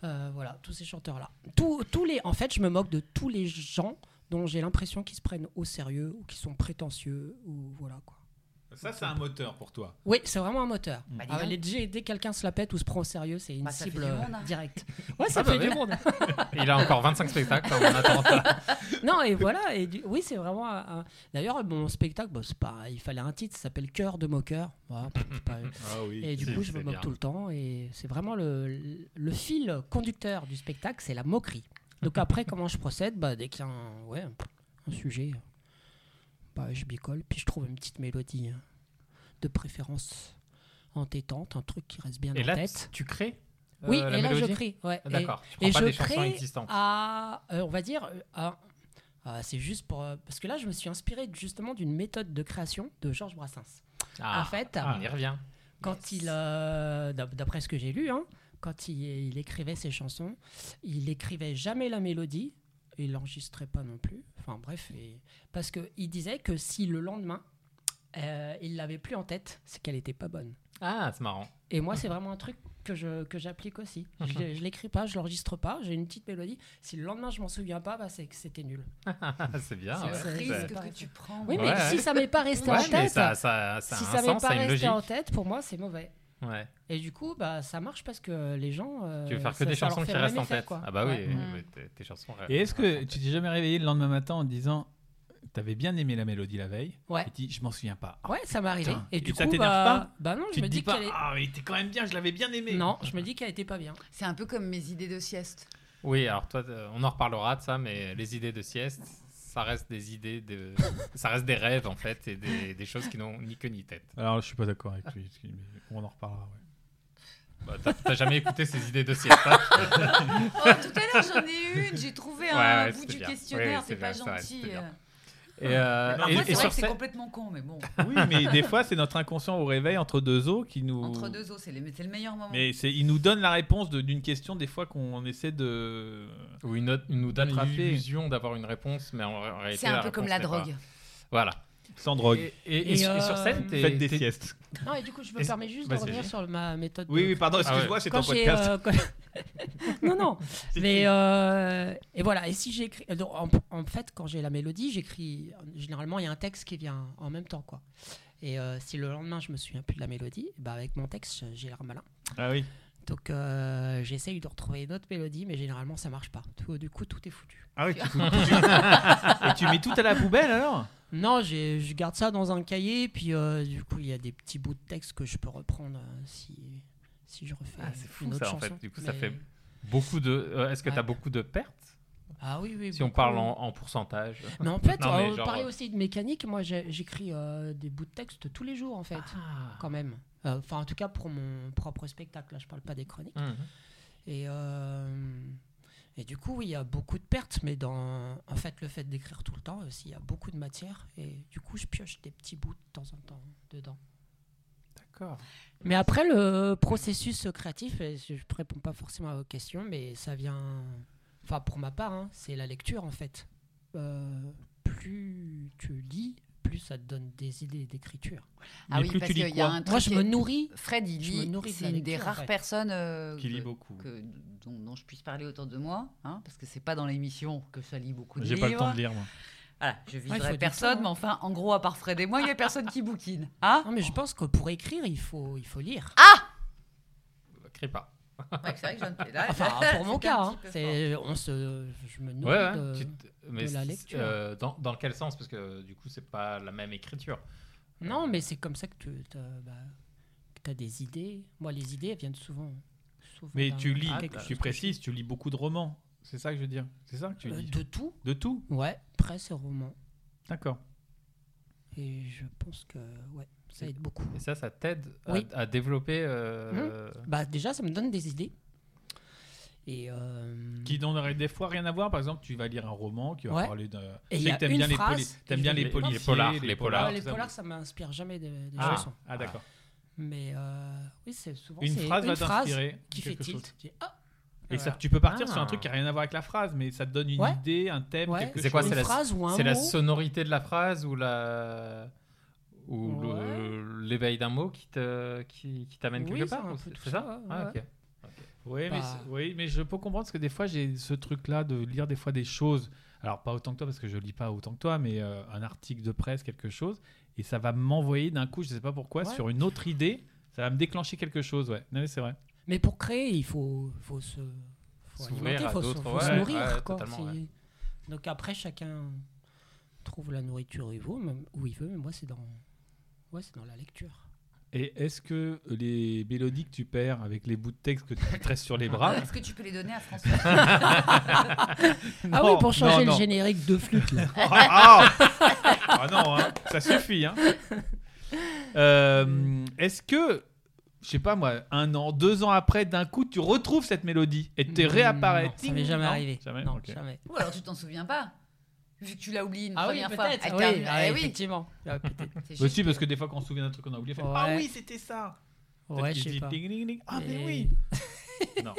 Euh, voilà, tous ces chanteurs-là. Tous, tous les, en fait, je me moque de tous les gens dont j'ai l'impression qu'ils se prennent au sérieux ou qui sont prétentieux ou voilà quoi. Ça, c'est un moteur pour toi. Oui, c'est vraiment un moteur. Bah, dis Ah, donc. les- dès dès que quelqu'un se la pète ou se prend au sérieux, c'est une Bah, ça fait cible du euh, monde, hein. directe. Ouais, ça Ah, bah fait du oui. monde. Il a encore 25 spectacles en attente. non, et voilà. Et du- Oui, c'est vraiment. un- un- D'ailleurs, mon spectacle, bah, c'est pas... il fallait un titre, ça s'appelle Cœur de moqueur. Voilà, pff, c'est pas- Ah oui. Et du coup, je me moque tout le temps. Et c'est vraiment le, le fil conducteur du spectacle, c'est la moquerie. Donc après, comment je procède bah, Dès qu'il y a un, ouais, un sujet, bah, je bicole, puis je trouve une petite mélodie, hein, de préférence entêtante, un truc qui reste bien Et en là, tête. tu crées euh, oui, la et là, je mélodie crée. ouais. Ah, Et- D'accord, tu prends et pas je des chansons crée existantes. à, euh, on va dire, euh, à- à- c'est juste pour. euh, parce que là, je me suis inspiré justement d'une méthode de création de Georges Brassens. Ah, en fait, ah, on y revient. quand il, euh, d'ap- d'après ce que j'ai lu, hein, quand il, il écrivait ses chansons, il écrivait jamais la mélodie, et il l'enregistrait pas non plus. Enfin bref, et- parce que il disait que si le lendemain euh, il l'avait plus en tête, c'est qu'elle était pas bonne. Ah, c'est marrant. Et moi, c'est vraiment un truc que je que j'applique aussi. Mhm. Je, je l'écris pas, je l'enregistre pas, j'ai une petite mélodie. Si le lendemain je m'en souviens pas, bah, c'est que c'était nul. Ah, c'est bien. C'est ouais. vrai. Le Ouais. risque que tu prends. Oui, Ouais. mais si ça m'est pas resté Ouais, en mais tête, ça, ça, ça si a ça un m'est sens, pas ça a une resté logique. en tête, pour moi, c'est mauvais. Ouais. Et du coup, bah, ça marche parce que les gens. euh, Tu veux faire que ça- des ça leur chansons fait qui le même restent en effet, tête. quoi. Ah bah oui, Ouais. Mm. mais tes- tes chansons restent. Et est-ce que restent en tu tête. t'es jamais réveillé le lendemain matin en te disant T'avais bien aimé la mélodie la veille Ouais. Et tu dis Je m'en souviens pas. Ouais, ça m'est arrivé. Putain. Et, Et du ça coup, t'énerve bah, pas bah non, je tu te me dis dis pas qu'elle est. Ah, mais t'es quand même bien, je l'avais bien aimé. Non, je me dis qu'elle était pas bien. C'est un peu comme mes idées de sieste. Oui, alors toi, euh, on en reparlera de ça, mais les idées de sieste, ça reste des idées de. ça reste des rêves, en fait, et des, des choses qui n'ont ni queue ni tête. Alors, je suis pas d'accord avec lui. mais On en reparlera. ouais. Bah, t'as- T'as jamais écouté ces idées de sieste hein Oh, tout à l'heure, j'en ai une. J'ai trouvé un Ouais, ouais, bout c'était du bien. Oui, questionnaire. oui, c'est c'est pas bien, c'est vrai, gentil. c'était bien. euh. Et, euh, Alors et- moi, c'est et vrai sur que c'est scène- complètement con, mais bon, Oui, mais des fois, c'est notre inconscient au réveil entre deux eaux qui nous. entre deux os, c'est le, c'est le meilleur moment. Mais c'est- il nous donne la réponse de- d'une question des fois qu'on essaie de. Ou une autre- il nous donne Attraper. l'illusion d'avoir une réponse, mais en en réalité. c'est un la peu comme la réponse n'est pas- drogue. Voilà. Sans drogue. Et, et- et Et sur- et sur euh, scène, t'es- Faites des t'es- siestes. Non, et du coup, je me Est-ce- permets juste de vas-y. revenir sur ma méthode. Oui, de- oui, pardon, Ah ouais. excuse-moi, c'est ton Quand j'ai, podcast. euh, quand- non, non. Mais euh, et voilà. Et si j'écris, euh, donc, en, en fait, quand j'ai la mélodie, j'écris. Généralement, il y a un texte qui vient en même temps, quoi. Et euh, si le lendemain, je me souviens plus de la mélodie, bah avec mon texte, j'ai l'air malin. Ah oui. Donc euh, j'essaye de retrouver une autre mélodie, mais généralement ça marche pas. Tout- du coup, tout est foutu. Ah oui, tu fous- Et tu mets tout à la poubelle alors Non, j'ai- je garde ça dans un cahier, puis euh, du coup il y a des petits bouts de texte que je peux reprendre euh, si, si je refais Ah, c'est fou, une autre ça, en fait. chanson. Du coup, ça fait- Beaucoup de. euh, Est-ce que Ouais. t'as beaucoup de pertes Ah oui, oui. Si on beaucoup. parle en, en pourcentage. Mais en fait, Non, mais on genre- euh, parlait aussi de mécanique. Moi, j'ai- j'écris euh, des bouts de texte tous les jours, en fait, Ah. quand même. Euh, Enfin, en tout cas pour mon propre spectacle. Là, je parle pas des chroniques. Hmm. Mhm. Et, euh, et du coup, oui, il y a beaucoup de pertes, mais dans, en fait, le fait d'écrire tout le temps aussi, il y a beaucoup de matière. Et du coup, je pioche des petits bouts de temps en temps dedans. D'accord. Mais après, le processus créatif, et je ne réponds pas forcément à vos questions, mais ça vient. Enfin, pour ma part, hein, c'est la lecture, en fait. Euh, plus tu lis, plus ça te donne des idées d'écriture. Ah Mais oui, plus parce tu lis qu'il y a quoi un truc. Moi, je qui me est- nourris. Fred, il je me lit. nourris de C'est la une des lecture, en rares fait. personnes euh, Qui lit que- beaucoup. que- dont, dont je puisse parler autour de moi, hein, parce que c'est pas dans l'émission que ça lit beaucoup de J'ai livres. pas le temps de lire moi. Voilà, Ah, je il faut viserai du personne, temps. mais enfin, en gros, à part Fred et moi, il y a personne qui bouquine. Hein Non, mais je pense que pour écrire, il faut, il faut lire. Crie pas. Ouais, c'est vrai que je viens de- là, Enfin, Ah, bah, c'est pour mon un cas, petit hein, peu fort. c'est- on se, je me Ouais, nourris ouais. de- tu te- mais de la c'est- lecture. euh, dans, dans quel sens Parce que du coup, c'est pas la même écriture. Non, mais c'est comme ça que tu as des idées. Moi, les idées, elles viennent souvent. souvent Mais d'un- Ah, tu lis, d'un quelque chose que tu je- précises, tu lis beaucoup de romans. C'est ça que je veux dire. C'est ça que tu Euh, dis. de tout. De tout Ouais, presse et roman. D'accord. Et je pense que ouais, ça aide beaucoup. Et ça, ça t'aide à- Oui. à, développer. Mmh. euh, Bah déjà, ça me donne des idées. Et euh, Qui n'aurait des fois rien à voir. Par exemple, tu vas lire un roman qui va Ouais. parler d'un. Et Je il sais y que a t'aimes une bien les phrase poli- qui T'aimes bien fait- les Non, les policiers, polars, les polars, ouais, les tout ça. polars, ça m'inspire jamais des, des Ah. chansons. Ah d'accord. Mais euh, oui, c'est souvent Une c'est phrase va une phrase t'inspirer. qui fait quelque chose. tilt. Tu dis, Ah Et ça, Voilà. tu peux partir sur Ah. un truc qui n'a rien à voir avec la phrase, mais ça te donne une Ouais. idée, un thème, Ouais. quelque C'est quoi, chose. c'est une la- phrase ou un C'est la mot. sonorité de la phrase ou la ou le- Ouais. l'éveil d'un mot qui te qui, qui t'amène Oui, quelque c'est part. un ou peu C'est tout c'est ça, ça, ouais, Ah, ouais. ok. Oui, mais, Bah. c'est- oui, mais je peux comprendre parce que des fois j'ai ce truc-là de lire des fois des choses. alors pas autant que toi parce que je lis pas autant que toi, mais euh, un article de presse, quelque chose, et ça va m'envoyer d'un coup, je sais pas pourquoi, Ouais. sur une autre idée, ça va me déclencher quelque chose, ouais. Non, mais c'est vrai. Mais pour créer, il faut, faut se. faut S'ouvrir alimenter, à faut se- d'autres, faut se ouais, nourrir. ouais, quoi. totalement, C'est- Donc après, chacun trouve la nourriture où il veut, mais, où il veut, mais moi, c'est dans... Ouais, c'est dans la lecture. Et est-ce que les mélodies que tu perds avec les bouts de texte que tu te tresses sur les bras Est-ce que tu peux les donner à François ah Non, oui, pour changer non, le non. générique de flûte, là. Ah, ah Ah non, hein, ça suffit. hein. Euh, Est-ce que, je sais pas moi, un an, deux ans après, d'un coup, tu retrouves cette mélodie et tu Mm, réapparais non, Ça Ting, m'est jamais non, arrivé. Jamais non, ok. Bah, jamais. Ou alors tu t'en souviens pas Vu que tu l'as oublié une Ah oui, première fois. peut-être. Elle ah t'a- oui, ah eh oui, oui, effectivement. Ah, peut-être. c'est Bah juste- si, parce que des fois, quand on se souvient d'un truc qu'on a oublié, on fait Ah Ouais. oui, c'était ça Peut-être Ouais, qu'il je dit sais pas. ding, ding, ding. Ah, mais Et- oui Non.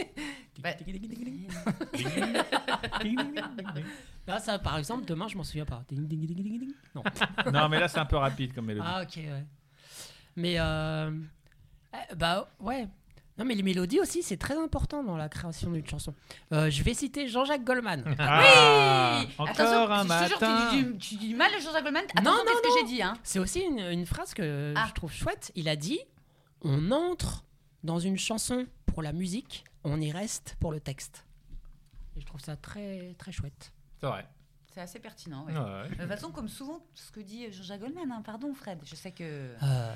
Bah, Ding, ding, ding, ding, ding, ding. Là, ça, par exemple, demain, je m'en souviens pas. Ding, ding, ding, ding, ding. Non. Non, mais là, c'est un peu rapide comme mélodie. Ah ok ouais. Mais euh, eh, bah ouais. Non mais les mélodies aussi c'est très important dans la création d'une chanson. Euh, je vais citer Jean-Jacques Goldman. Ah, oui Encore Attention, un je te jure, matin tu dis du- tu dis du mal à Jean-Jacques Goldman. Non, Attention, non, qu'est-ce que j'ai dit hein C'est aussi une, une phrase que Ah. je trouve chouette. Il a dit on entre dans une chanson pour la musique, on y reste pour le texte. Et je trouve ça très très chouette. C'est vrai. C'est assez pertinent. ouais. Ouais, Ah, ouais. De toute façon, comme souvent, ce que dit Jean-Jacques Goldman, hein, pardon Fred, je sais que. Euh,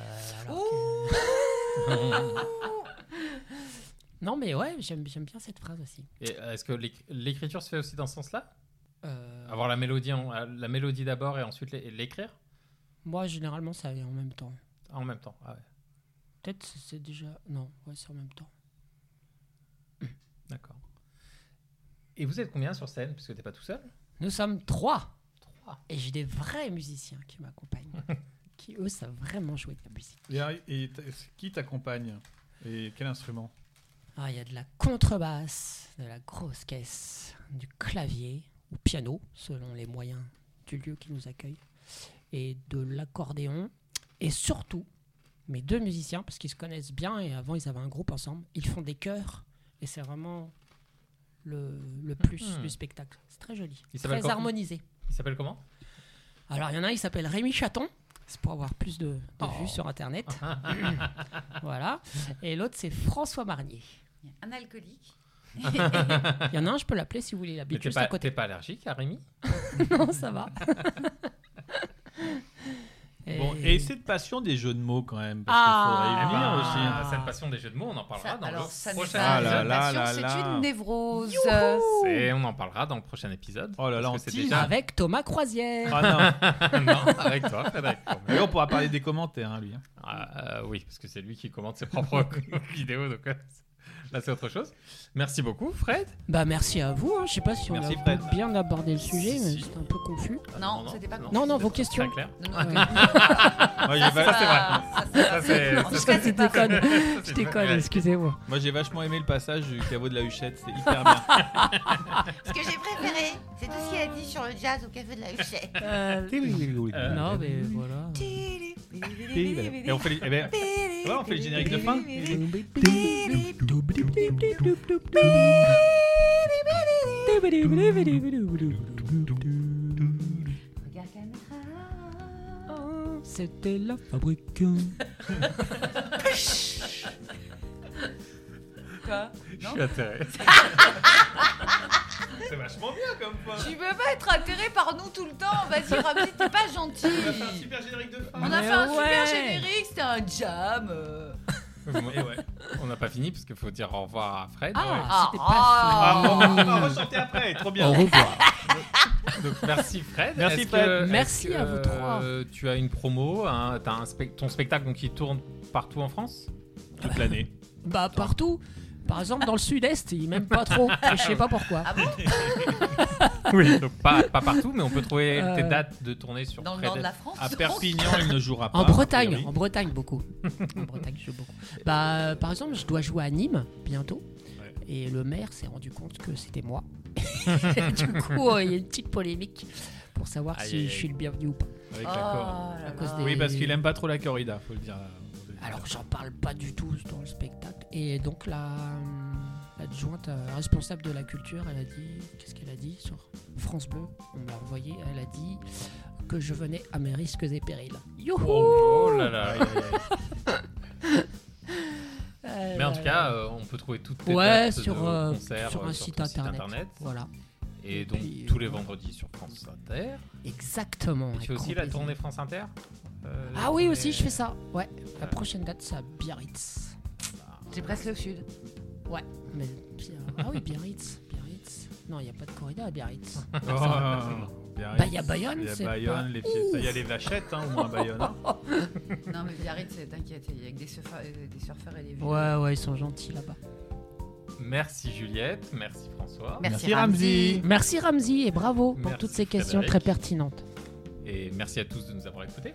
alors Ouh que- Non mais ouais j'aime j'aime bien cette phrase aussi. Et euh, Est-ce que l'éc- l'écriture se fait aussi dans ce sens-là Euh, Avoir la mélodie, en- la mélodie d'abord et ensuite l'é- l'écrire Moi généralement ça vient en même temps. en même temps. Ah ouais, Peut-être c'est- c'est déjà non ouais c'est en même temps. d'accord. Et vous êtes combien sur scène Puisque t'es pas tout seul. Nous sommes trois. Trois. Et j'ai des vrais musiciens qui m'accompagnent, qui eux savent vraiment jouer de la musique. Et, et t- qui t'accompagne Et quel instrument Alors Ah, il y a de la contrebasse, de la grosse caisse, du clavier ou piano, selon les moyens du lieu qui nous accueille, et de l'accordéon. Et surtout, mes deux musiciens, parce qu'ils se connaissent bien et avant ils avaient un groupe ensemble, ils font des chœurs et c'est vraiment le, le plus Mhm. du spectacle. C'est très joli, Ils s'appellent très comment harmonisé. Il s'appelle comment Bah, Alors, il y en a un qui s'appelle Rémi Chaton. C'est pour avoir plus de, de Oh. vues sur Internet. voilà. Et l'autre, c'est François Marnier. Il y a Un alcoolique. Il y en a un, je peux l'appeler si vous voulez. Il Mais habite t'es juste pas, à côté. t'es pas allergique à Rémi non, ça va. Et- Bon, et cette passion des jeux de mots quand même, parce Ah. qu'il faudrait y venir aussi. hein. Cette passion des jeux de mots, Oh on en parlera Ça- dans alors, le ça n'est prochain pas Ah une là épisode. là passion, là c'est là. une névrose. Et on en parlera dans le prochain épisode. Oh là là, Parce on que c'est tease. déjà Avec Thomas Croisière. Ah non, non, avec toi, Frédéric. quand même. D'ailleurs, on pourra parler des commentaires, hein, lui. hein. Ah, euh, oui, parce que c'est lui qui commande ses propres vidéos, donc euh, là c'est autre chose. Merci beaucoup, Fred. Bah, merci à vous. hein. Je sais pas si on Merci, a Fred. bien abordé le sujet, Si, mais si. c'était un peu confus. Non, c'était pas Non, non, vos Très questions. clair. Non, Euh, non, Moi, Ah, j'ai va- ça, Ah, ça, Ça, c'est- En tout ça, cas, c'est- c'est Je pas déconne, Ça, je c'est déconne, vrai. excusez-moi. Moi, j'ai vachement aimé le passage du caveau de la Huchette, c'était hyper bien. Ce que j'ai préféré, c'est tout ce qu'il a dit sur le jazz au café de la Huchette. Euh, non, mais voilà. Et on fait, les- eh ben, voilà, on fait le générique de fin. C'était la fabrique. Quoi Je Non suis atterré. c'est vachement bien comme point. Tu veux pas être atterré par nous tout le temps Vas-y, Ramzi, t'es pas gentil. Super générique de fin. On a Mais fait un super ouais. générique, c'était un jam. euh. Et ouais, on n'a pas fini parce qu'il faut dire au revoir à Fred. Ah, c'était Ah, pas fini. On va chanter après, trop bien. Donc merci Fred. Merci, Est-ce Fred. est-ce Merci à vous trois. euh, tu as une promo, hein, t'as un spec- ton spectacle donc, qui tourne partout en France Toute l'année. Bah partout. Par exemple, dans le sud-est, ils m'aiment pas trop. Et je sais pas pourquoi. Ah bon Oui. Donc pas, pas partout, mais on peut trouver Euh, tes dates de tournée sur Dans le Fred. nord de la France À Perpignan, il ne jouera Ah, pas. En a Bretagne, priori. en Bretagne beaucoup. En Bretagne, je joue beaucoup. Bah, euh, par exemple, je dois jouer à Nîmes bientôt. Ouais. Et le maire s'est rendu compte que c'était moi. Et du coup, euh, il y a une petite polémique pour savoir Aïe, si aïe, aïe. je suis le bienvenu ou pas. Avec Oh la corde. là cause là. des- Oui, parce qu'il aime pas trop la corrida, faut le dire. Alors j'en parle pas du tout dans le spectacle. Et donc la l'adjointe euh, responsable de la culture, elle a dit, qu'est-ce qu'elle a dit sur France Bleu On me l'a envoyé, elle a dit que je venais à mes risques et périls. Youhou Oh, oh là là. Euh, Mais en là tout là. cas, euh, on peut trouver toutes tes ouais, dates sur, de euh, concerts, sur euh, un ton site, internet. Voilà, Et donc Puis, euh, tous les vendredis sur France Inter. exactement. tu fais avec aussi grand la plaisir. tournée France Inter Euh, la Ah oui, tournée- euh, aussi, je fais ça. Ouais, la prochaine date, c'est à Biarritz. J'ai presque le sud. Mais Biar- ah oui, Biarritz, Biarritz. Non, il n'y a pas de corrida à Biarritz. Oh, Biarritz. Bah, il y a Bayonne, Il y a c'est Bayonne, ah, pas- les pieds- Il y a les vachettes, hein, au moins à Bayonne. hein. Non, mais Biarritz, c'est- t'inquiète, il y a que des surfeurs, euh, des surfeurs et des vieux. Ouais, ouais, ils sont gentils là-bas. Merci Juliette, merci François. Merci, Merci, Ramzi. Ramzi. Merci Ramzi et bravo pour Merci, toutes ces questions Frédéric. très pertinentes. Et merci à tous de nous avoir écoutés.